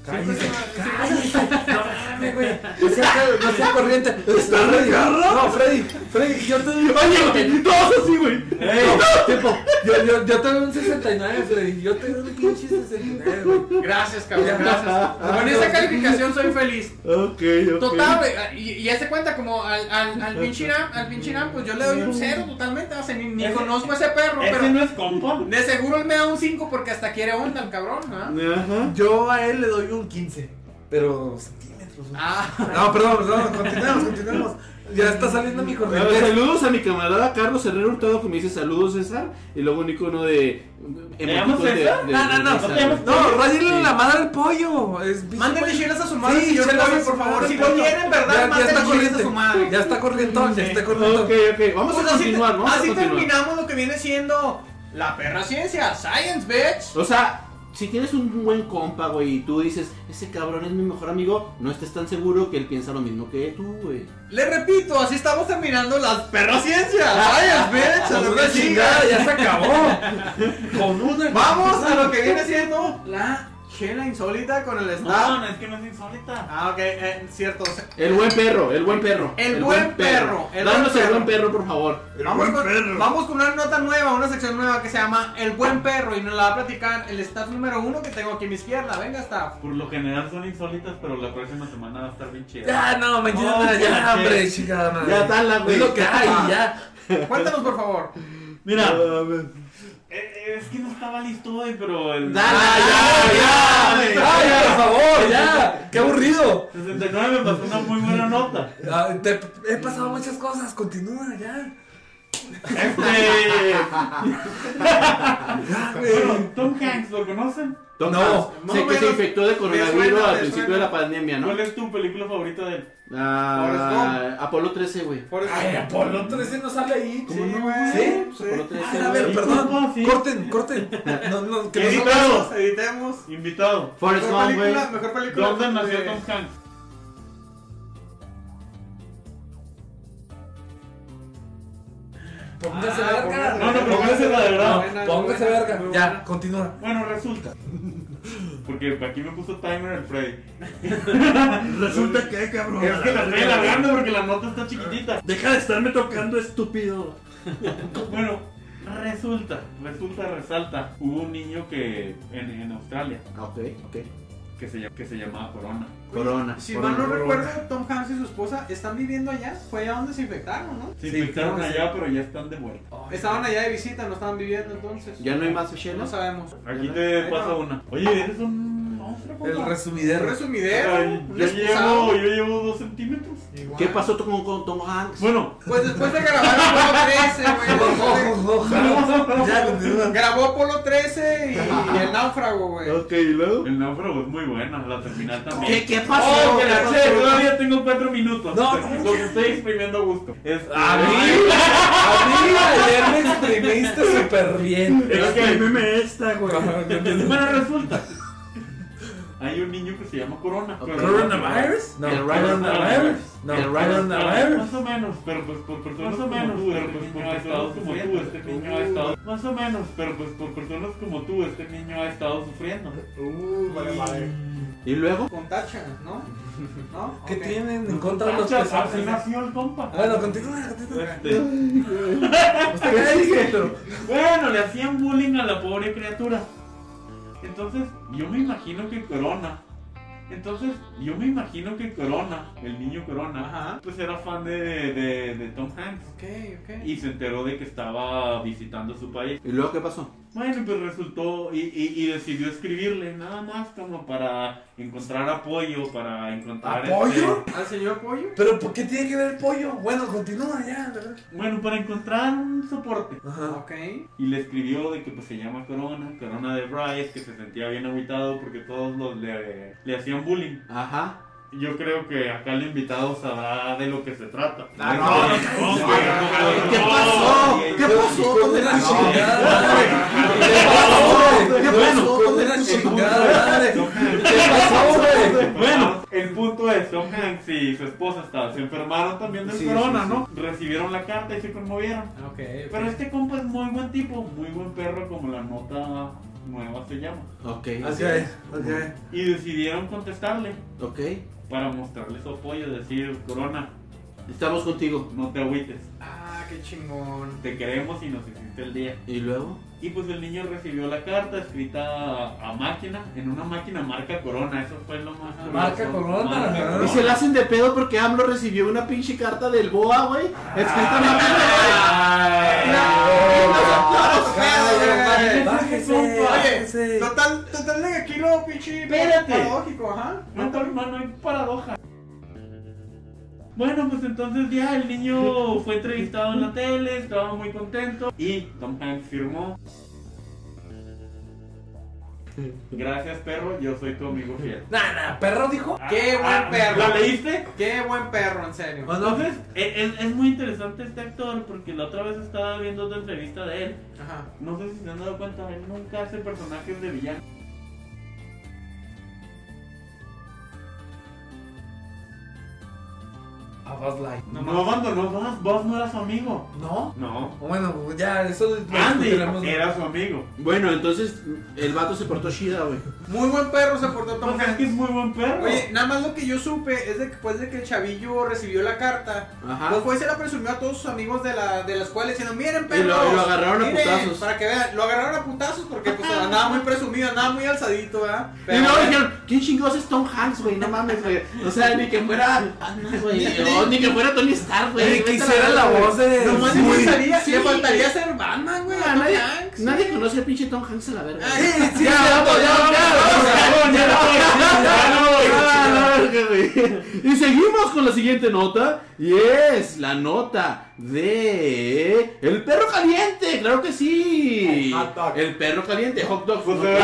S2: Cinco es el máximo.
S5: Dame, güey. No sea, caro, no sea corriente. ¿Está No, Freddy. Freddy, yo te doy.
S3: Oye, güey, todos así, güey.
S4: ¡Ey!
S5: Tiempo. Yo, yo, yo te doy un 69, Freddy. Yo te doy un pinche 69, güey.
S2: Gracias, cabrón, gracias. Con esa calificación soy feliz.
S3: Ok, ok.
S2: Total, güey, y, y ya se cuenta como al, al, al pinche Irán, al pinche Irán, pues yo le doy un 0 totalmente, o sea, ni, ni
S4: Ese-
S2: conozco a ese perro,
S4: Ese
S2: pero
S4: no es compa.
S2: de seguro él me da un 5 porque hasta quiere onda el cabrón, ¿ah?
S3: Ajá.
S5: Yo a él le doy un 15. Pero centímetros, güey.
S2: Ah,
S5: No, perdón, perdón. Continuemos, continuemos. Ya está saliendo mi
S3: A ver,
S5: corriente.
S3: saludos a mi camarada Carlos Herrera Hurtado que me dice saludos César y luego un icono de
S4: llamas
S3: emoticón de,
S4: César?
S3: de-
S4: No,
S3: de
S4: no, no,
S3: César,
S4: no te llamas-
S3: güey.
S5: No, rayenle
S3: Sí.
S5: la madre al pollo. Es bicho,
S2: mándenle
S5: güey.
S2: chelas a su madre,
S5: Sí,
S2: señor
S5: chelas
S2: Pollo,
S5: a su
S2: por favor.
S5: madre,
S2: Si
S5: pollo.
S2: lo quiere, en verdad,
S5: Ya- ya está
S2: mándenle chelas a
S5: corriente.
S2: su madre.
S5: Ya está corrientón, ya está corrientón.
S3: Ok, ok, vamos
S2: Pues
S3: a
S2: así,
S3: continuar, vamos
S2: así
S3: a continuar.
S2: terminamos lo que viene siendo la perra ciencia, science bitch.
S3: O sea, si tienes un buen compa, güey, y tú dices, ese cabrón es mi mejor amigo, no estés tan seguro que él piensa lo mismo que tú, güey.
S2: Le repito, así estamos terminando las perra ciencia, science bitch. a
S5: Con
S2: lo
S5: una
S2: que siga.
S5: chingada, ya se acabó. Con una.
S2: Vamos a lo que viene siendo la chela insólita con el
S4: No,
S2: staff.
S4: no, es que no es insólita.
S2: Ah, ok, eh, cierto. o sea,
S3: El buen perro, el buen perro.
S2: El buen perro, el
S3: Danos
S2: buen
S3: el buen
S2: perro.
S3: perro, por favor.
S1: El
S2: Vamos
S1: buen
S2: con,
S1: perro.
S2: vamos con una nota nueva, una sección nueva que se llama El Buen Perro y nos la va a platicar el staff número uno que tengo aquí a mi izquierda. Venga, staff.
S4: Por lo general son insólitas, pero la próxima semana va a estar bien chida.
S5: Ya, no, mañana,
S4: No,
S5: ya,
S4: ya,
S5: hombre,
S4: ya.
S5: chingada madre.
S3: Ya, dala, güey.
S5: Es lo que hay,
S2: Ah.
S5: ya.
S2: Cuéntanos, por favor.
S4: Mira, eh, es que no estaba listo hoy, pero el
S3: Dala,
S5: Ah,
S3: ya, ya,
S5: ya,
S3: ya.
S5: ay, por favor, ya. Qué aburrido.
S4: 69 me pasó una muy buena nota.
S5: Ah, te- he pasado muchas cosas, continúa, ya.
S4: Este.
S5: Ya, Ah, güey.
S4: bueno, Tom Hanks, ¿lo conocen?
S3: Tom
S5: No,
S3: Hanks,
S2: más
S3: sé
S2: o
S3: que se
S2: menos.
S3: infectó de
S2: Me
S3: coronavirus
S2: suena,
S3: al
S2: me
S3: principio de
S2: suena.
S3: la pandemia, ¿no?
S4: ¿Cuál es tu película favorita de él?
S3: Ah, Apolo 13, güey.
S5: Ay, Apolo 13 no sale ahí.
S3: ¿Cómo
S2: Sí,
S3: no,
S2: güey.
S3: ¿Sí?
S2: Sí.
S3: Apolo 13,
S5: Ah, a ver,
S3: güey.
S5: perdón.
S4: ¿cómo? Sí.
S5: Corten, corten. No, no, que no
S4: Edita.
S2: Editemos, editemos.
S4: Invitado.
S3: Forrest
S2: Mejor
S3: Gump, Pues güey.
S2: película, mejor película.
S4: ¿Dónde nació
S2: de-
S4: Tom Hanks?
S5: Póngase
S2: Ah,
S5: verga.
S4: No, no, pero póngase la de verdad.
S2: Buena,
S5: Póngase
S2: buena,
S5: verga.
S2: muy
S5: Ya,
S2: buena.
S5: continúa.
S4: Bueno, resulta. Porque aquí me puso timer el Freddy.
S1: Resulta que, cabrón.
S4: Es que
S1: a la
S4: la estoy
S1: verga.
S4: alargando porque la nota está chiquitita.
S1: Deja de estarme tocando, estúpido.
S4: Bueno, resulta, resulta, resalta. Hubo un niño que en, en Australia
S3: Ah, ok, ok.
S4: que se, llam- que se llamaba Corona.
S3: Corona.
S2: Si
S3: corona.
S2: mal no recuerdo, Tom Hanks y su esposa están viviendo allá. Fue allá donde se infectaron, ¿no?
S4: Se
S2: Sí,
S4: infectaron
S2: creo que
S4: allá, pero ya están de vuelta.
S2: sí. Estaban allá de visita, no estaban viviendo entonces.
S3: ¿Ya no hay más Shela?
S2: No sabemos.
S4: Aquí te
S2: Ahí
S4: pasa
S2: no.
S4: una. Oye, eres un monstruo,
S5: El
S4: compa.
S2: El
S5: resumidero.
S2: resumidero.
S4: Ay,
S2: un
S4: Yo
S2: excusado.
S4: llevo, yo llevo dos centímetros.
S3: ¿Qué pasó con, con Tom Hanks?
S4: Bueno,
S2: Pues después de grabar Apolo 13, güey. después
S5: Ya,
S2: de-
S5: continúa.
S2: Grabó Apolo 13 y, y el náufrago, güey.
S3: Ok, ¿y luego?
S4: el náufrago es muy buena, la terminal también.
S3: ¿Qué, qué pasó?
S4: Oh,
S3: ¿Qué
S4: que la
S3: pasó?
S4: sé, todavía tengo cuatro minutos.
S5: No,
S4: Entonces, los estoy exprimiendo a gusto. Es,
S5: A mí, a mí ayer me exprimiste súper bien.
S4: Es que,
S1: Exprímeme esta, güey.
S5: Ajá, continúa.
S4: bueno, resulta. Hay un niño que se llama Corona.
S3: Ok.
S5: ¿Coronavirus? No,
S3: El
S5: coronavirus. No,
S3: El virus.
S5: coronavirus.
S4: Más o menos, pero pues por personas más o menos, pero pues por personas como tú, este niño ha estado. Más o menos, pero pues por personas como tú, este niño ha estado sufriendo.
S7: Uh, vale, vale.
S3: ¿Y luego?
S2: Con tacha, ¿no? ¿No?
S5: ¿Qué
S2: Ok.
S5: tienen en contra de los
S4: Tacha, Así
S5: personas?
S4: nació el compa.
S5: Bueno, continúa, continúa.
S4: Este,
S5: Usted
S2: Este.
S5: qué dice, pero-
S4: Bueno, le hacían bullying a la pobre criatura. Entonces, yo me imagino que Corona. Entonces, yo me imagino que Corona, el niño Corona,
S2: Ajá.
S4: pues era fan de, de- de Tom Hanks.
S2: Ok, ok.
S4: Y se enteró de que estaba visitando su país.
S3: ¿Y luego qué pasó?
S4: Bueno, pues resultó y, y- y decidió escribirle, nada más como para encontrar apoyo, para encontrar...
S5: ¿Apoyo?
S2: ¿Al señor Pollo?
S5: ¿Pero por qué tiene que ver el pollo? Bueno, continúa ya. ¿verdad?
S4: este, bueno, para encontrar un soporte.
S5: Ajá.
S2: Ok.
S4: Y le escribió de que pues se llama Corona, Corona de Bryce, que se sentía bien aguitado porque todos los le, le hacían bullying.
S3: Ajá.
S4: Yo creo que acá el invitado sabrá de lo que se trata.
S3: Ah, no,
S4: no,
S3: no,
S4: no,
S3: ¿Qué
S4: no,
S3: pasó?
S4: no, no,
S3: ¿Qué
S4: no,
S3: pasó? ¿Dónde la
S5: No,
S3: chingada?
S5: güey.
S3: ¿Qué
S5: No,
S3: pasó?
S5: hijo de la chingada madre? ¿Qué
S2: Oh,
S5: pasó, güey?
S4: Bueno, el punto es, Tom Hanks y su esposa hasta se enfermaron también del
S5: Sí,
S4: corona,
S5: sí,
S4: ¿no? Recibieron la carta y se conmovieron.
S2: Ok.
S4: Pero este compa es muy buen tipo, muy buen perro como la nota nueva se llama.
S3: Ok,
S2: pues,
S5: Ok, ok.
S4: Y decidieron contestarle.
S3: ok.
S4: para mostrarle su apoyo, decir, Corona,
S3: Estamos contigo.
S4: no te agüites,
S2: Ah, qué chingón.
S4: te queremos y nos existe el día.
S3: ¿Y luego?
S4: Y pues el niño recibió la carta escrita a, a máquina, en una máquina marca Corona, eso fue lo más... curioso.
S5: Marca Corona, ajá.
S3: Y se la hacen de pedo porque AMLO recibió una pinche carta del BOA, güey. Escrita
S2: Ay,
S4: no,
S5: Bájese,
S4: compa.
S5: bájese.
S2: Total, total de aquí lo pinche.
S4: Espérate.
S2: Paradójico, ajá.
S4: No, no, hermano, hay paradoja. Bueno, pues entonces ya el niño fue entrevistado en la tele, estaba muy contento y Tom Hanks firmó. Gracias perro, yo soy tu amigo fiel.
S5: Nah, nah, perro dijo.
S2: Qué buen
S4: ¿La
S2: perro.
S4: leíste?
S2: Qué buen perro, en serio.
S5: ¿O no?
S4: Entonces, e- es, es muy interesante este actor porque la otra vez estaba viendo otra entrevista de él.
S2: Ajá.
S4: No sé si se han dado cuenta, él nunca hace personajes de villano.
S5: A Buzz Light.
S4: No, abandonó Buzz, Buzz no era su amigo.
S5: ¿No?
S4: No.
S5: Bueno, ya, eso lo
S4: Andy
S5: discutiremos.
S4: era su amigo.
S3: Bueno, entonces el vato se portó chida, güey.
S2: Muy buen perro se portó Tom
S4: Tom Hanks
S2: Hanks.
S4: es muy buen perro.
S2: Oye, nada más lo que yo supe es de que después de que el chavillo recibió la carta,
S3: Ajá.
S2: Pues fue y se la presumió a todos sus amigos de la, de la escuela diciendo, miren perros.
S3: Y lo- y lo agarraron a
S2: miren",
S3: putazos.
S2: Para que vean, lo agarraron a putazos porque pues andaba muy presumido, andaba muy alzadito, ¿verdad?
S3: Y luego dijeron, ¿quién chingados es Tom Hanks, güey? No mames, güey. O sea, ni que fuera. Batman, güey. No, ni que fuera Tony Stark, güey.
S5: Ni que hiciera la voz de.
S2: Nomás
S5: Sí.
S2: le faltaría,
S3: sí.
S2: le faltaría ser Batman, güey, a
S3: Ah,
S2: Tom
S3: nadie,
S2: Hanks.
S3: nadie conoce a pinche Tom Hanks a la verga.
S2: Ay,
S3: güey.
S2: sí, sí,
S5: Ya,
S2: sí,
S5: vamos,
S2: sí,
S5: ya,
S2: sí,
S5: vamos,
S2: sí,
S5: ya,
S2: sí,
S5: vamos,
S2: sí,
S5: ya,
S2: sí,
S5: vamos,
S2: sí,
S5: ya,
S2: sí,
S3: Ah, la verga, güey. Y seguimos con la siguiente nota. Y es la nota de. El perro caliente, claro que sí.
S7: Hot dog.
S3: El perro caliente, hot dog.
S4: Pues
S3: ¿no?
S4: se ve,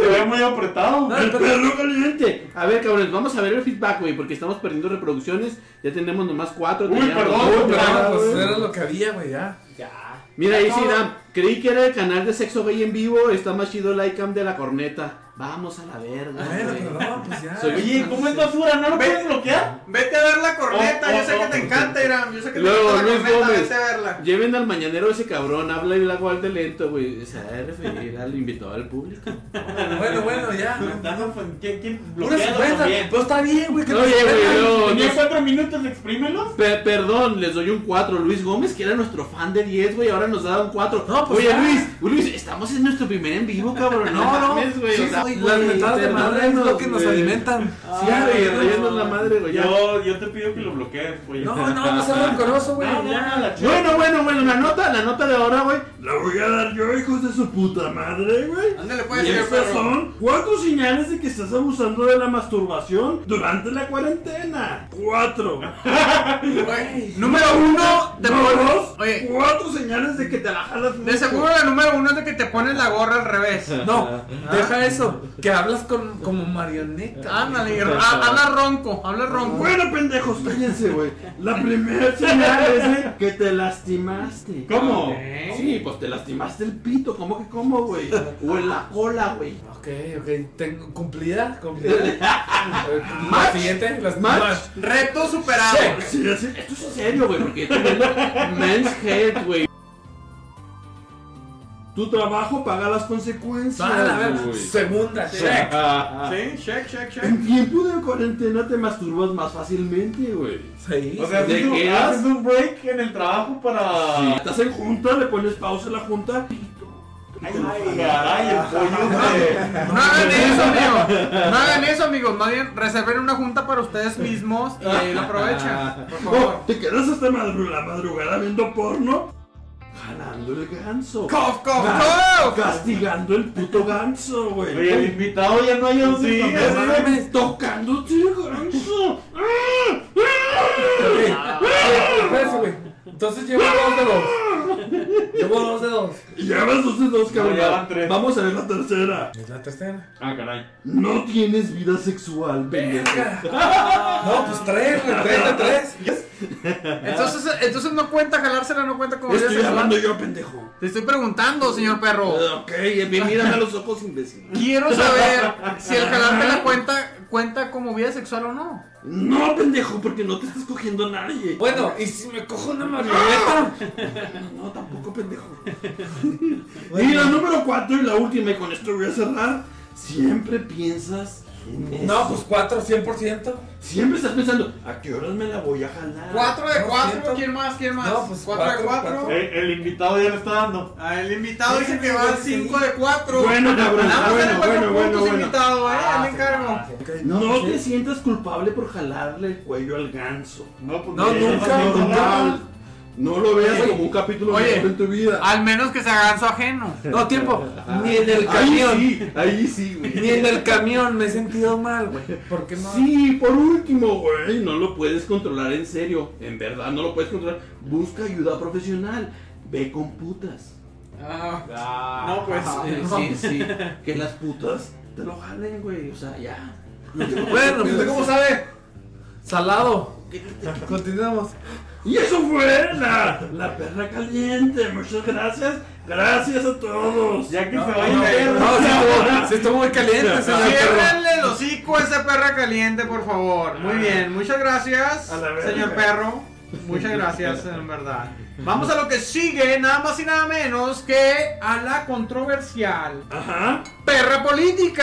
S4: se ve muy apretado.
S5: No,
S3: El
S5: pero-
S3: perro caliente. A ver, cabrones, vamos a ver el feedback, güey, porque estamos perdiendo reproducciones. Ya tenemos nomás cuatro.
S4: Uy,
S3: teníamos
S4: perdón,
S3: ocho,
S5: pero,
S4: perdón.
S3: güey.
S5: pues, era lo que había, güey, ya.
S3: Mira, ahí sí, Dan. Creí que era el canal de Sexo Gay en vivo. Está más chido el iCam de la corneta. Vamos a la verga.
S5: Bueno,
S3: güey.
S5: pero no, pues ya.
S3: Soy-
S4: Oye, ¿cómo es basura? ¿No lo puedes bloquear?
S2: Vete a ver la corneta,
S4: Oh, oh,
S2: yo sé que
S4: oh.
S2: te encanta, Iram. Yo sé que
S3: Luego,
S2: te encanta
S3: Luis
S2: la corneta,
S3: Gómez.
S2: vete a verla.
S3: Lleven al mañanero ese cabrón, habla y la guarde lento, güey. Se ha de referir al invitado al público.
S5: Bueno, bueno, ya.
S4: Me estás ofend- pues, ¿Quién- quién
S5: Una
S4: bloqueado
S5: cincuenta.
S4: también?
S5: Pues está bien, güey. que
S3: Oye,
S5: nos
S3: güey,
S5: ofendan.
S3: no,
S4: Tenía
S3: no.
S4: cuatro minutos, exprímelos.
S3: Pe- perdón, les doy un 4. Luis Gómez, que era nuestro fan de 10, güey, ahora nos da un 4.
S5: No, pues
S3: Oye,
S5: ya.
S3: Luis, Luis, estamos en nuestro primer en vivo, cabrón.
S5: No, no.
S3: mames, güey.
S5: Sí,
S3: o sea,
S5: güey,
S3: güey,
S5: Las mentadas de madre es lo
S3: perdónanos,
S5: que nos
S3: güey.
S5: alimentan.
S3: Sí, güey, rayando la madre, güey. ya.
S4: Yo, yo te pido que lo bloquees, güey.
S5: No, no, no seas rencoroso, güey.
S4: No, no,
S5: ya.
S4: no, la chica.
S3: Bueno, bueno, bueno, la nota, la nota de ahora, güey.
S1: La voy a dar yo, hijos de su puta madre, güey.
S2: Ándale, pues,
S1: Y
S2: puedes ir,
S1: estas
S2: perro.
S1: son cuatro señales de que estás abusando de la masturbación durante la cuarentena. Cuatro.
S2: Güey, Número uno, te
S1: No,
S2: pones-
S1: dos.
S2: Oye,
S1: Cuatro señales de que te la jalas
S2: de
S1: mucho.
S2: seguro la número uno es de que te pones la gorra al revés.
S5: No, deja eso. Que hablas con, como marioneta.
S2: Ándale, r- ha- habla ronco, habla ronco.
S1: Bueno, pendejos, cállense, güey. La primera señal es de que te lastimaste.
S4: ¿Cómo?
S2: ¿Eh?
S3: Sí, pues te lastimaste el pito, ¿cómo que cómo, güey? O en la cola, güey.
S5: Ok, ok. Tengo, cumplida, cumplida. La siguiente, las
S3: Match.
S5: más.
S2: Reto superado.
S1: Sí, así.
S3: Esto es en serio, güey, porque estoy viendo Men's Head, güey.
S1: Tu trabajo paga las consecuencias.
S5: Van a Ah, ver.
S3: güey.
S5: Segunda, check.
S4: Ah.
S2: Sí, check, check, check.
S1: En tiempo de cuarentena te masturbas más fácilmente, güey.
S5: Sí.
S4: O sea,
S3: ¿De
S4: haces un-
S3: qué
S4: haces un break en el trabajo
S1: Si
S4: para.
S1: estás en junta, le pones pausa a la junta.
S4: Ay, caray, el pollo
S2: No hagan eso, amigo. No hagan eso, amigos. Más bien, reserven una junta para ustedes mismos y ahí lo aprovechan. Por
S1: No,
S2: favor.
S1: oh, te quedas hasta madru- la madrugada viendo porno. Jalando el ganso.
S2: Cof, cof,
S1: Ga-
S2: cof.
S1: Castigando el puto ganso,
S4: de-
S1: güey.
S4: Oye, el invitado ya no hay un sí,
S1: No mames, Tocándote el ganso.
S5: Espérese, güey. Entonces llevo dos dedos. Llevo dos dedos.
S1: Y Ya vas dos de dos, cabrón.
S4: No, ya van tres.
S1: Vamos a ver la tercera.
S5: Es la tercera.
S4: Ah, caray.
S1: No tienes vida sexual, pendejo.
S5: No, pues tres, güey. Tres de tres.
S2: Entonces, entonces no cuenta jalársela, no cuenta como vida
S1: Estoy
S2: sexual.
S1: hablando yo, pendejo. eh,
S2: Te estoy preguntando, señor perro.
S3: Ok, bien, mírame a los ojos, imbécil.
S2: Quiero saber si el jalarte la cuenta cuenta como vida sexual o no.
S1: No, pendejo, porque no te estás cogiendo a nadie.
S5: Bueno, ¿y si me cojo una marioneta?
S1: No, tampoco, pendejo. Y la número cuatro y la última, y con esto voy a cerrar. Siempre piensas en eso.
S5: No, pues cuatro, 100%.
S1: Siempre estás pensando, ¿a qué horas me la voy a jalar?
S2: 4 de
S5: No,
S2: 4,
S5: siento.
S2: ¿quién más? ¿Quién más?
S5: No, pues,
S2: 4 de
S5: cuatro,
S2: 4.
S5: cuatro.
S4: El, el invitado ya le está dando.
S2: Ah, el invitado dice que
S5: Sí,
S2: va
S5: sí.
S2: 5 de 4.
S1: Bueno, cabrón, Ah,
S2: Nada más
S1: bueno,
S2: dale cuatro
S1: bueno, bueno,
S2: puntos
S1: bueno.
S2: invitado, eh, ahí le encargo.
S1: No, te sientas culpable por jalarle el cuello al ganso.
S4: No, pues
S5: No,
S4: ya
S5: nunca,
S4: pasó,
S5: nunca.
S4: ¿verdad?
S1: No lo veas
S5: Oye,
S1: como un capítulo
S2: oye,
S1: nuevo en tu vida.
S2: Al menos que se hagan su ajeno.
S5: No, tiempo. Ni en el camión.
S3: Ahí sí, ahí sí, güey.
S5: Ni en el camión me he sentido mal, güey. ¿Por qué no?
S3: Sí, por último, güey, no lo puedes controlar en serio. En verdad, no lo puedes controlar. Busca ayuda profesional. Ve con putas.
S2: Ah,
S4: No, pues.
S5: Ah,
S3: Eh, sí, sí. Que las putas te lo jalen, güey. O sea, ya.
S5: Bueno, pues,
S2: ¿Usted cómo sabe?
S5: salado. Continuamos.
S1: Y eso fue la, la perra caliente. Muchas gracias. Gracias a todos.
S4: Ya que se
S5: No,
S4: vaya
S5: no,
S4: el perro.
S5: sí estuvo, sí estuvo muy caliente, señor perro.
S2: Ciérrenle el hocico a ese perra caliente, por favor. Muy bien, muchas gracias,
S1: A la verga.
S2: señor perro. Muchas gracias, en verdad. Vamos a lo que sigue, nada más y nada menos que a la controversial
S1: Ajá.
S2: perra política.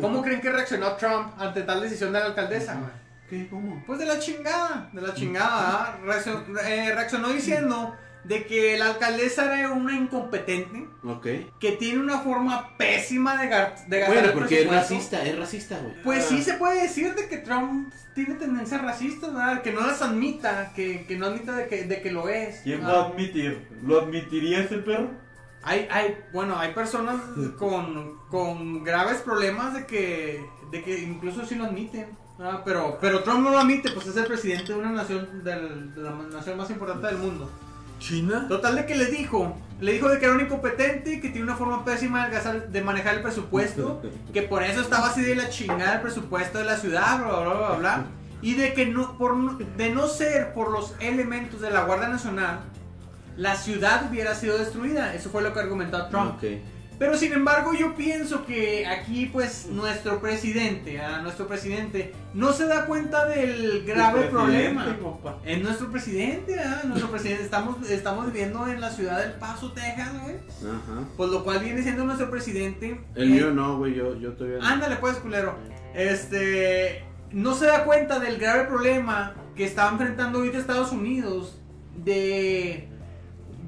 S2: ¿Cómo creen que reaccionó Trump ante tal decisión de la alcaldesa?
S3: ¿Qué? ¿Cómo?
S2: Pues de la chingada, de la chingada. ¿ah? Reaccion- eh, reaccionó diciendo de que la alcaldesa era una incompetente,
S3: Ok.
S2: que tiene una forma pésima de, gar- de gastar
S3: Bueno,
S2: el
S3: porque es
S2: presupuesto.
S3: racista, es racista, güey.
S2: Pues sí se puede decir de que Trump tiene tendencias racistas, ¿verdad? Que no las admita, que, que no admita de que, de que lo es.
S4: ¿Quién va a
S2: ¿verdad?
S4: admitir? ¿Lo admitiría ese perro?
S2: Hay, hay, bueno, hay personas con, con graves problemas de que, de que incluso sí lo admiten. ¿verdad? Pero, pero Trump no lo admite, pues es el presidente de una nación, del- de la nación más importante del mundo.
S5: ¿China?
S2: Total de que le dijo, le dijo de que era un incompetente, que tiene una forma pésima de, gastar- de manejar el presupuesto, que por eso estaba así de la chingada el presupuesto de la ciudad, bla bla bla bla, bla. Y de que no, por, no- de no ser por los elementos de la Guardia Nacional, la ciudad hubiera sido destruida. Eso fue lo que argumentó Trump.
S3: Ok.
S2: Pero sin embargo, yo pienso que aquí, pues, nuestro presidente, ah, nuestro presidente, no se da cuenta del grave
S4: Presidente,
S2: problema.
S4: Este, compa.
S2: Es nuestro presidente, ¿verdad? Nuestro presidente. Estamos, estamos viviendo en la ciudad del Paso, Texas, güey.
S3: Ajá.
S2: Pues lo cual viene siendo nuestro presidente.
S3: El mío no, güey, yo, yo todavía no.
S2: Ándale, pues, culero. Este. No se da cuenta del grave problema que está enfrentando ahorita Estados Unidos de.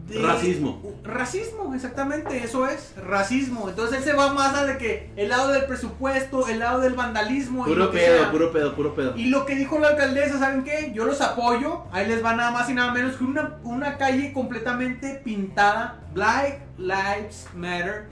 S2: de-
S3: Racismo.
S2: Racismo, exactamente, eso es. Racismo. Entonces él se va más a de que el lado del presupuesto, el lado del vandalismo. y
S3: Puro
S2: lo que
S3: pedo,
S2: sea.
S3: puro pedo, puro pedo.
S2: Y lo que dijo la alcaldesa, ¿saben qué? Yo los apoyo. Ahí les va nada más y nada menos que una, una calle completamente pintada. Black Lives Matter.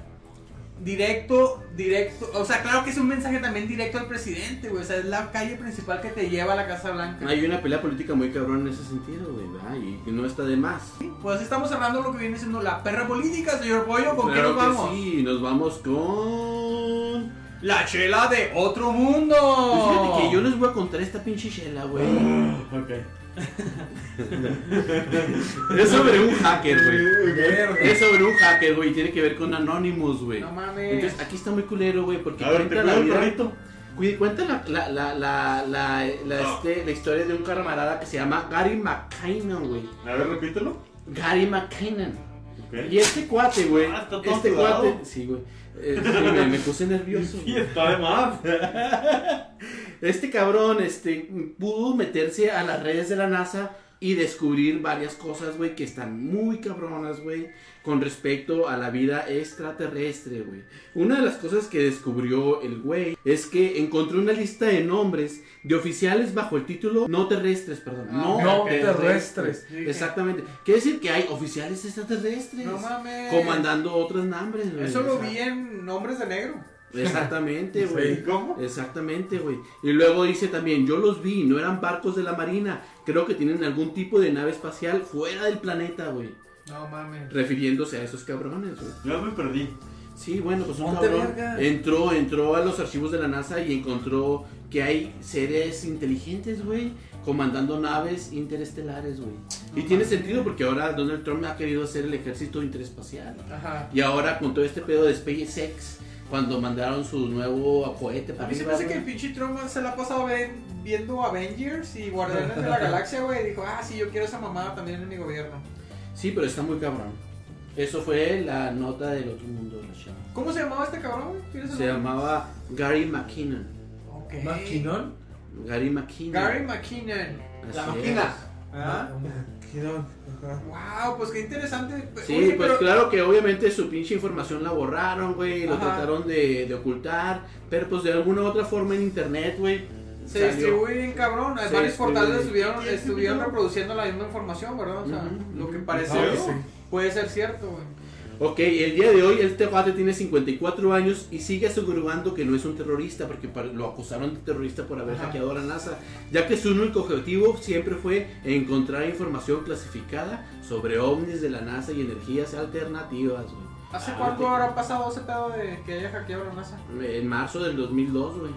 S2: Directo, directo. O sea, claro que es un mensaje también directo al presidente, güey. O sea, es la calle principal que te lleva a la Casa Blanca.
S3: Hay una pelea política muy cabrón en ese sentido, güey, ¿verdad? Y no está de más.
S2: Pues así estamos cerrando lo que viene siendo la perra política, señor Pollo. ¿Con qué
S3: Claro
S2: nos vamos?
S3: que sí, nos vamos con...
S2: La chela de otro mundo.
S3: Pues fíjate que yo les voy a contar esta pinche chela, güey.
S5: Ah,
S4: Ok.
S3: Es sobre un hacker, güey.
S5: Verde.
S3: Es sobre un hacker, güey. Tiene que ver con Anonymous, güey.
S2: No mames.
S3: Entonces aquí está muy culero, güey, porque
S4: A ver, te
S3: cuenta la
S4: cuido el
S3: vida-
S4: perrito.
S3: Cuide- Cuenta la, la, la, la, la, la, este, la historia de un camarada que se llama Gary McKinnon, güey.
S4: A ver, repítelo.
S3: Gary McKinnon.
S4: Ok.
S3: Y este cuate, güey.
S4: Ah, está todo
S3: este
S4: sudado.
S3: cuate. Sí, güey. Eh, sí, me, me puse nervioso.
S4: Sí,
S3: güey.
S4: está de más.
S3: Este cabrón, este, pudo meterse a las redes de la NASA y descubrir varias cosas, güey, que están muy cabronas, güey, con respecto a la vida extraterrestre, güey. Una de las cosas que descubrió el güey es que encontró una lista de nombres de oficiales bajo el título no terrestres, perdón,
S2: Ah,
S3: no,
S5: No
S3: terrestres.
S5: terrestres.
S2: Sí.
S3: Exactamente. Quiere decir que hay oficiales extraterrestres
S2: No mames.
S3: comandando otros nombres, güey.
S2: Eso lo
S3: Exact-
S2: vi en Nombres de Negro.
S3: Exactamente, güey.
S4: ¿Cómo?
S3: Exactamente, güey. Y luego dice también, yo los vi, no eran barcos de la marina. Creo que tienen algún tipo de nave espacial fuera del planeta, güey.
S2: No mames.
S3: Refiriéndose a esos cabrones, güey.
S4: Yo me perdí.
S3: Sí, bueno, pues un
S5: Ponte
S3: cabrón
S5: verga.
S3: entró, entró a los archivos de la NASA y encontró que hay seres inteligentes, güey, comandando naves interestelares, güey. Y tiene sentido porque ahora Donald Trump ha querido hacer el ejército interespacial.
S2: Ajá.
S3: Y ahora con todo este pedo de SpaceX, cuando mandaron su nuevo cohete pues, para
S2: A mí se me
S3: arriba,
S2: hace que el
S3: güey.
S2: pinche Trump se la ha pasado ven- viendo Avengers y Guardianes de la Galaxia, güey. y Dijo, ah, sí, yo quiero esa mamada también en mi gobierno.
S3: Sí, pero está muy cabrón. Eso fue la nota del otro mundo de la chava.
S2: ¿Cómo se llamaba este cabrón, güey? ¿Tienes el
S3: Se
S2: nombre?
S3: llamaba Gary McKinnon.
S2: Ok.
S5: ¿Maquinón?
S3: Gary McKinnon.
S2: Gary McKinnon.
S3: Así
S7: La
S3: es.
S7: máquina.
S2: ¿Ah?
S5: Maquinón. Ajá.
S2: Wow, pues qué interesante.
S3: Sí,
S2: Oye,
S3: pues
S2: pero-
S3: claro que obviamente su pinche información la borraron, güey, lo
S2: Ajá.
S3: trataron de, de ocultar, pero pues de alguna u otra forma en internet, güey,
S2: Se
S3: salió.
S2: distribuye bien cabrón.
S3: Se
S2: varios portales
S3: distribuye.
S2: estuvieron, estuvieron reproduciendo la misma información, ¿verdad? O sea,
S3: Ujú,
S2: lo que
S3: ujú.
S2: parece
S4: Claro,
S2: ¿no?
S4: sí.
S2: puede ser cierto, güey.
S3: Ok, el día de hoy este cuate tiene 54 años y sigue asegurando que no es un terrorista porque par- lo acusaron de terrorista por haber
S2: Ajá.
S3: hackeado a la NASA, ya que su único objetivo siempre fue encontrar información clasificada sobre ovnis de la NASA y energías alternativas, güey.
S2: ¿Hace
S3: Ah,
S2: cuánto
S3: ok.
S2: habrá pasado ese pedo de que haya hackeado la NASA?
S3: En marzo del 2002, güey.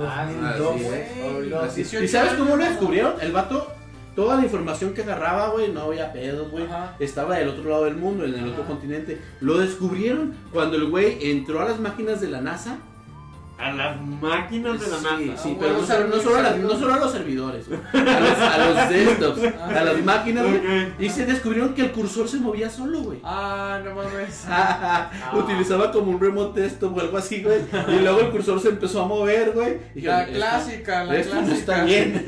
S5: Ah,
S3: dos,
S5: sí,
S2: güey.
S5: güey.
S2: Las
S5: Así es.
S2: 18
S3: ¿Y sabes cómo lo
S2: años,
S3: descubrieron? El vato, toda la información que agarraba, güey, no había pedos, güey.
S2: Ajá.
S3: Estaba del otro lado del mundo, en el otro
S2: Ajá.
S3: continente. Lo descubrieron cuando el güey entró a las máquinas de la NASA
S4: a las máquinas de la
S3: Sí,
S4: NASA.
S3: sí,
S2: Ah,
S3: pero no
S2: bueno,
S3: solo, no solo a las- no solo a los servidores, güey. a los, a los desktops, a las máquinas. güey.
S4: Ok.
S3: Y se descubrieron que el cursor se movía solo, güey.
S2: Ah, no mames. Ah.
S3: Utilizaba como un remote desktop o algo así, güey. Y luego el cursor se empezó a mover, güey. Y yo,
S2: La
S3: "Esto-
S2: clásica, la
S3: esto no
S2: clásica.
S3: está bien.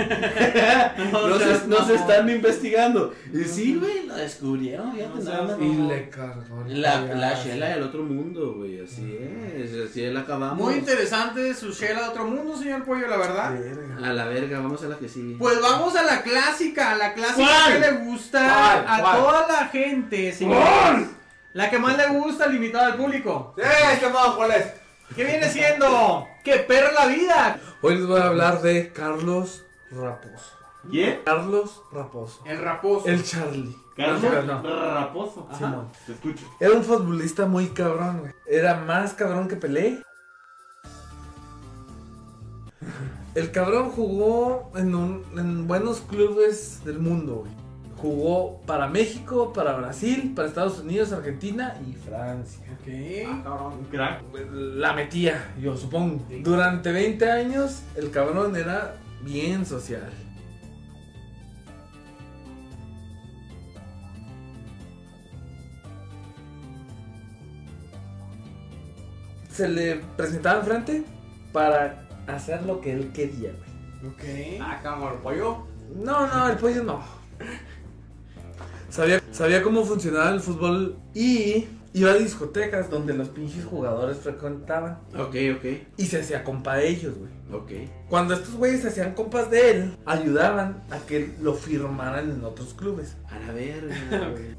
S2: No
S3: no,
S2: seas
S3: se, no se
S2: mamón.
S3: están investigando. Y sí, güey, lo descubrieron. fíjate, nada más.
S5: Y le cargó. el
S3: La,
S5: payaso.
S3: la Shela del otro mundo, güey. Así
S2: Mm.
S3: es. Así la acabamos.
S2: Muy interesante su Shell a otro mundo, señor Pollo, la verdad.
S5: Verga.
S3: A la verga, vamos a la que sigue.
S2: Pues vamos a la clásica, a la clásica
S4: ¿Cuál?
S2: que le gusta
S6: ¿Cuál?
S2: a
S6: ¿Cuál?
S2: toda la gente, señores. La que más le gusta al invitado al público.
S7: ¡Sí, este modo, ¿cuál es?
S2: ¿Qué viene siendo? ¡Qué perra la vida!
S5: Hoy les voy a hablar de Carlos Raposo.
S4: ¿Quién?
S5: Carlos Raposo.
S2: El raposo.
S5: El Charlie.
S4: Carlos
S5: No.
S4: Raposo.
S5: Simón.
S4: Te escucho.
S5: Era un futbolista muy cabrón, güey. Era más cabrón que Pelé. El cabrón jugó en, un- en buenos clubes del mundo, güey. Jugó para México, para Brasil, para Estados Unidos, Argentina y Francia.
S2: Ok.
S4: Un crack.
S5: Pues, La metía, yo supongo. Durante 20 años, el cabrón era bien social. Se le presentaba enfrente para hacer lo que él quería, güey.
S2: Ok.
S6: Ah, cámara, pollo.
S5: No, no, el pollo no. Sabía, sabía cómo funcionaba el fútbol y iba a discotecas donde los pinches jugadores frecuentaban.
S3: Ok, ok,
S5: Y se hacía compa de ellos, güey.
S3: ok.
S5: Cuando estos güeyes se hacían compas de él, ayudaban a que lo firmaran en otros clubes.
S3: A la verga, güey.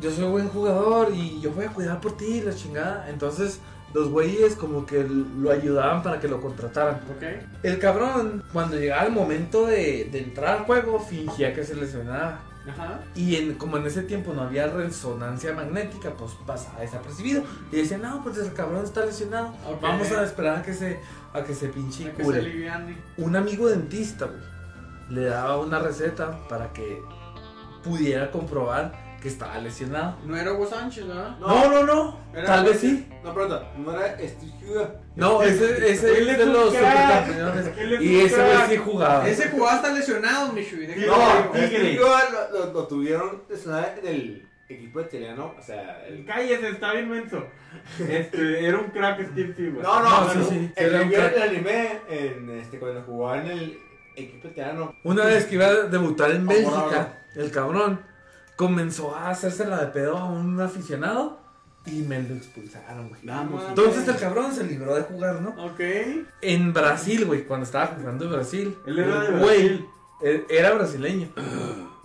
S5: Yo soy buen jugador y yo voy a cuidar por ti, la chingada. Entonces, los güeyes como que lo ayudaban para que lo contrataran.
S2: Ok.
S5: El cabrón, cuando llegaba el momento de, de entrar al juego, fingía que se lesionaba.
S2: Ajá.
S5: Y en, como en ese tiempo no había resonancia magnética, pues pasaba desapercibido. Y decían, no, pues el cabrón está lesionado.
S2: Ok.
S5: Vamos a esperar a que se, a que se pinche y
S2: Que
S5: cure".
S2: se aliviane.
S5: un amigo dentista, güey, le daba una receta para que pudiera comprobar que estaba lesionado.
S2: No era Hugo Sánchez, ¿verdad?
S5: No, no, no.
S7: Era-
S5: Tal vez sí.
S7: No, perdón, no era Steve Hugo.
S5: No, ese, ese
S4: Él
S5: es
S4: es
S5: de
S4: un
S5: los
S4: crack.
S5: supercampeones.
S4: Él es
S5: Y
S4: un
S5: ese güey
S4: crack.
S5: sí jugaba.
S2: Ese jugaba está lesionado, Michuy. déjame
S7: No,
S2: te digo.
S7: Steve Hugo lo, lo, lo tuvieron lesionado en el equipo italiano. O sea, el.
S4: Cállese, está bien menso. Este, era un crack Steve Seagal.
S7: No, no,
S5: No, sí,
S7: pero
S5: sí,
S7: El,
S5: era un
S7: anime,
S5: crack.
S7: el anime, en, este, cuando jugaba en el equipo italiano.
S5: Una vez que iba a debutar en Bélgica,
S7: Ahora,
S5: el cabrón comenzó a hacerse la de pedo a un aficionado y me lo expulsaron, güey.
S3: Vamos.
S5: Entonces el cabrón se libró de jugar, ¿no?
S2: Ok.
S5: En Brasil, güey, cuando estaba jugando en Brasil.
S4: Él era de
S5: el güey
S4: Brasil.
S5: e- Era brasileño.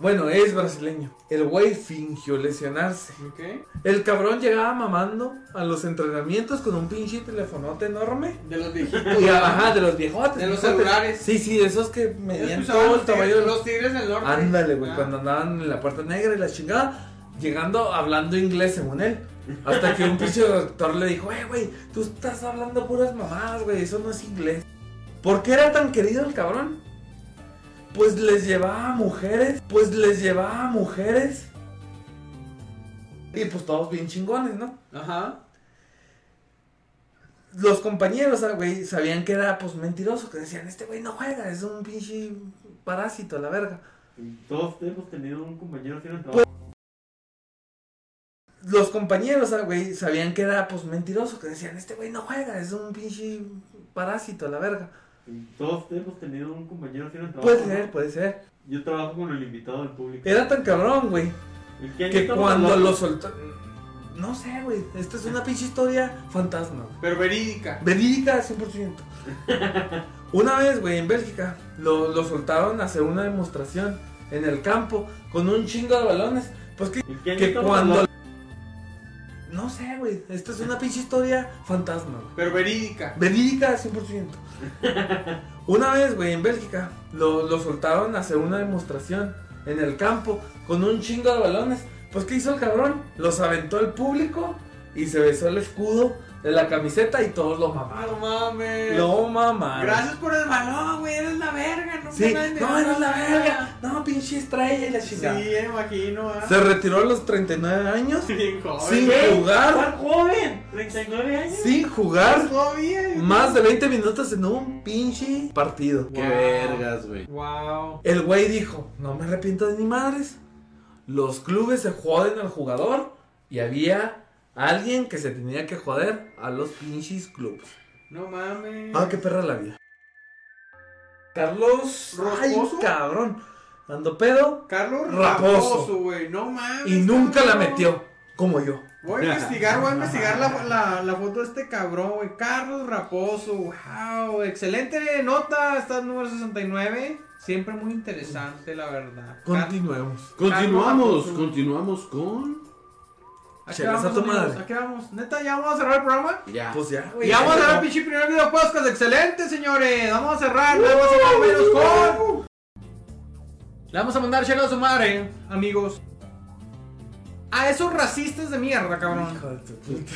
S5: Bueno, es brasileño. El güey fingió lesionarse.
S2: Ok.
S5: El cabrón llegaba mamando a los entrenamientos con un pinche telefonote enorme.
S2: De los viejitos.
S5: Y ajá, de los viejotes.
S2: De los
S5: viejotes.
S2: celulares.
S5: Sí, sí, de esos que medían
S2: Esos
S5: todo
S2: usaban
S5: el
S2: los
S5: tamaño de
S2: tigres-
S5: los
S2: los tigres del norte.
S5: Ándale, güey,
S2: Ah.
S5: cuando andaban en la puerta negra y la chingada, llegando hablando inglés según él. Hasta que un pinche doctor le dijo, eh, güey, tú estás hablando puras mamadas, güey, eso no es inglés. ¿Por qué era tan querido el cabrón? Pues les llevaba mujeres, pues les llevaba mujeres. Y pues todos bien chingones, ¿no?
S2: Ajá.
S5: Los compañeros, ah, güey, sabían que era pues mentiroso, que decían, este güey no juega, es un pinche parásito, a la verga.
S4: Todos hemos tenido un compañero así en el trabajo.
S5: Pues- los compañeros, ah, güey, sabían que era pues mentiroso, que decían, este güey no juega, es un pinche parásito a la verga.
S4: Todos hemos tenido un compañero así en el trabajo.
S2: pues,
S5: Puede ser, puede ser.
S4: Yo trabajo con el invitado del público.
S5: Era tan cabrón, güey,
S4: ¿El qué año
S5: que
S4: estamos
S5: cuando
S4: hablando?
S5: lo soltó... No sé, güey, esta es una pinche historia fantasma. güey.
S2: Pero verídica.
S5: Verídica 100%. Una vez, güey, en Bélgica, lo, lo soltaron a hacer una demostración en el campo con un chingo de balones. Pues que
S4: ¿El qué año
S5: que
S4: estamos
S5: cuando...
S4: hablando?
S5: No sé, güey, esta es una pinche historia fantasma, güey.
S2: Pero verídica.
S5: Verídica 100%. Una vez, güey, en Bélgica, lo, lo soltaron a hacer una demostración en el campo con un chingo de balones. Pues, ¿qué hizo el cabrón? Los aventó al público y se besó el escudo de la camiseta y todos lo
S2: No
S5: mamaron.
S2: mames.
S5: Lo mamaron.
S2: Gracias por el balón, güey. Eres la verga. Nunca
S5: Sí,
S2: nadie me
S5: no,
S2: ganó
S5: no la
S2: nada.
S5: verga. No, pinche estrella y la
S2: Sí,
S5: chingada.
S2: me imagino. ¿ah?
S5: Se retiró a los 39 años
S2: Bien joven.
S5: sin jugar,
S4: ¡Tan joven! ¡39 años!
S5: sin jugar
S2: Todavía.
S5: más de 20 minutos en un pinche partido.
S3: Qué vergas, güey.
S2: Wow.
S5: El güey dijo, no me arrepiento de ni madres. Los clubes se joden al jugador y había alguien que se tenía que joder a los pinches clubes.
S2: No mames.
S5: Ah, qué perra la vida. Carlos, ay,
S2: ¿Rasposo?
S5: cabrón, dando pedo
S2: Carlos
S5: Raposo.
S2: Raposo, güey. No mames.
S5: y nunca la
S2: cabrón.
S5: metió, como yo.
S2: Voy a investigar, voy a investigar la, la, la foto de este cabrón, güey. Carlos Raposo, wow. Excelente nota, está número 69. Siempre muy interesante, la verdad. Car-
S5: Continuemos.
S3: Continuamos,
S2: Carlos.
S3: continuamos con.
S2: ¿A qué
S5: Chelas
S2: vamos,
S5: a tu
S2: amigos?
S5: madre.
S2: ¿A qué vamos? Neta, ya vamos a cerrar el programa.
S3: Ya.
S5: Pues ya.
S2: Ya vamos a cerrar el pinche primer video podcast. Excelente, señores. Vamos a cerrar, nada más y nada menos
S3: ¡Uh!
S2: con. Le vamos a mandar chelas a su madre, amigos. A esos racistas de mierda, cabrón.
S5: Hijo de tu puta.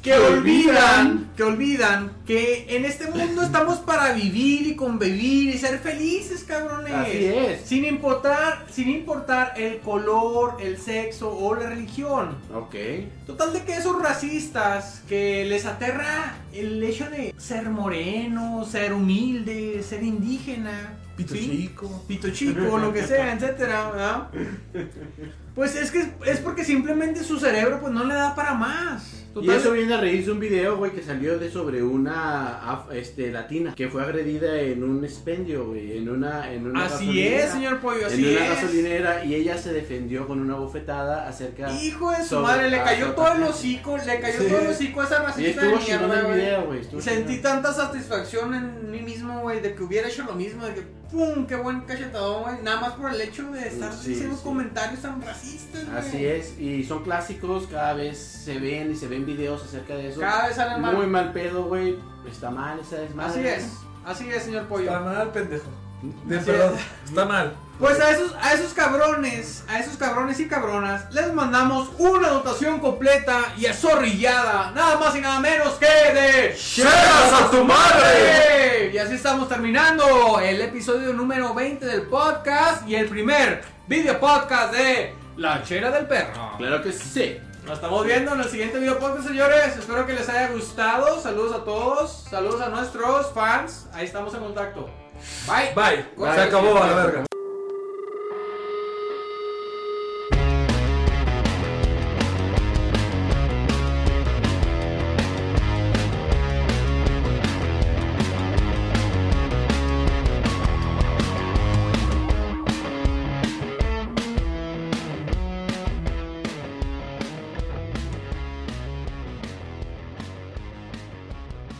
S2: que olvidan, que olvidan que en este mundo estamos para vivir y convivir y ser felices, cabrones.
S3: Así es.
S2: Sin importar, sin importar el color, el sexo o la religión.
S3: Ok.
S2: Total de que esos racistas que les aterra el hecho de ser moreno, ser humilde, ser indígena,
S5: Pito
S2: ¿sí?
S5: chico.
S2: pito chico, lo que sea, etcétera, ¿verdad? Pues es que es- es porque simplemente su cerebro pues no le da para más.
S3: Y eso viene a reírse un video, güey, que salió de sobre una af- este, latina que fue agredida en un expendio, güey, en una, en una
S2: Así
S3: gasolinera.
S2: es, señor Pollo,
S3: En
S2: así
S3: una
S2: es.
S3: gasolinera y ella se defendió con una bofetada acerca.
S2: Hijo de su
S3: Sobre-
S2: madre, le
S3: ah,
S2: cayó
S3: sobre-
S2: todo el hocico, le cayó
S3: Sí.
S2: todo el hocico a esa
S3: Y
S2: racista de
S3: estuvo chingón
S2: mierda,
S3: el
S2: güey.
S3: video, güey. estuvo
S2: Sentí
S3: chingón.
S2: tanta satisfacción en mí mismo, güey, de que hubiera hecho lo mismo, de que ¡pum! ¡Qué buen cachetadón, güey! Nada más por el hecho de estar
S3: Sí,
S2: haciendo
S3: sí.
S2: comentarios tan racistas, güey.
S3: Así es, y son clásicos, cada vez se ven y se ven videos acerca de eso.
S2: Cada vez salen
S3: Muy
S2: mal.
S3: mal pedo, güey. Está mal esa
S2: Así
S3: desmadre.
S2: es, así es, señor Pollo.
S5: Está mal, pendejo. De
S2: Así
S5: verdad, está mal.
S2: Pues a esos, a esos cabrones, a esos cabrones y cabronas, les mandamos una dotación completa y azorrillada, nada más y nada menos que de
S5: ¡Llegas a tu madre!
S2: ¡Ey! Y así estamos terminando el episodio número 20 del podcast y el primer video podcast de La Chera del Perro.
S3: Claro que sí.
S2: Nos estamos viendo en el siguiente video podcast, señores. Espero que les haya gustado. Saludos a todos, saludos a nuestros fans. Ahí estamos en contacto. Bye.
S5: Bye.
S2: Bye.
S5: Se acabó a la verga.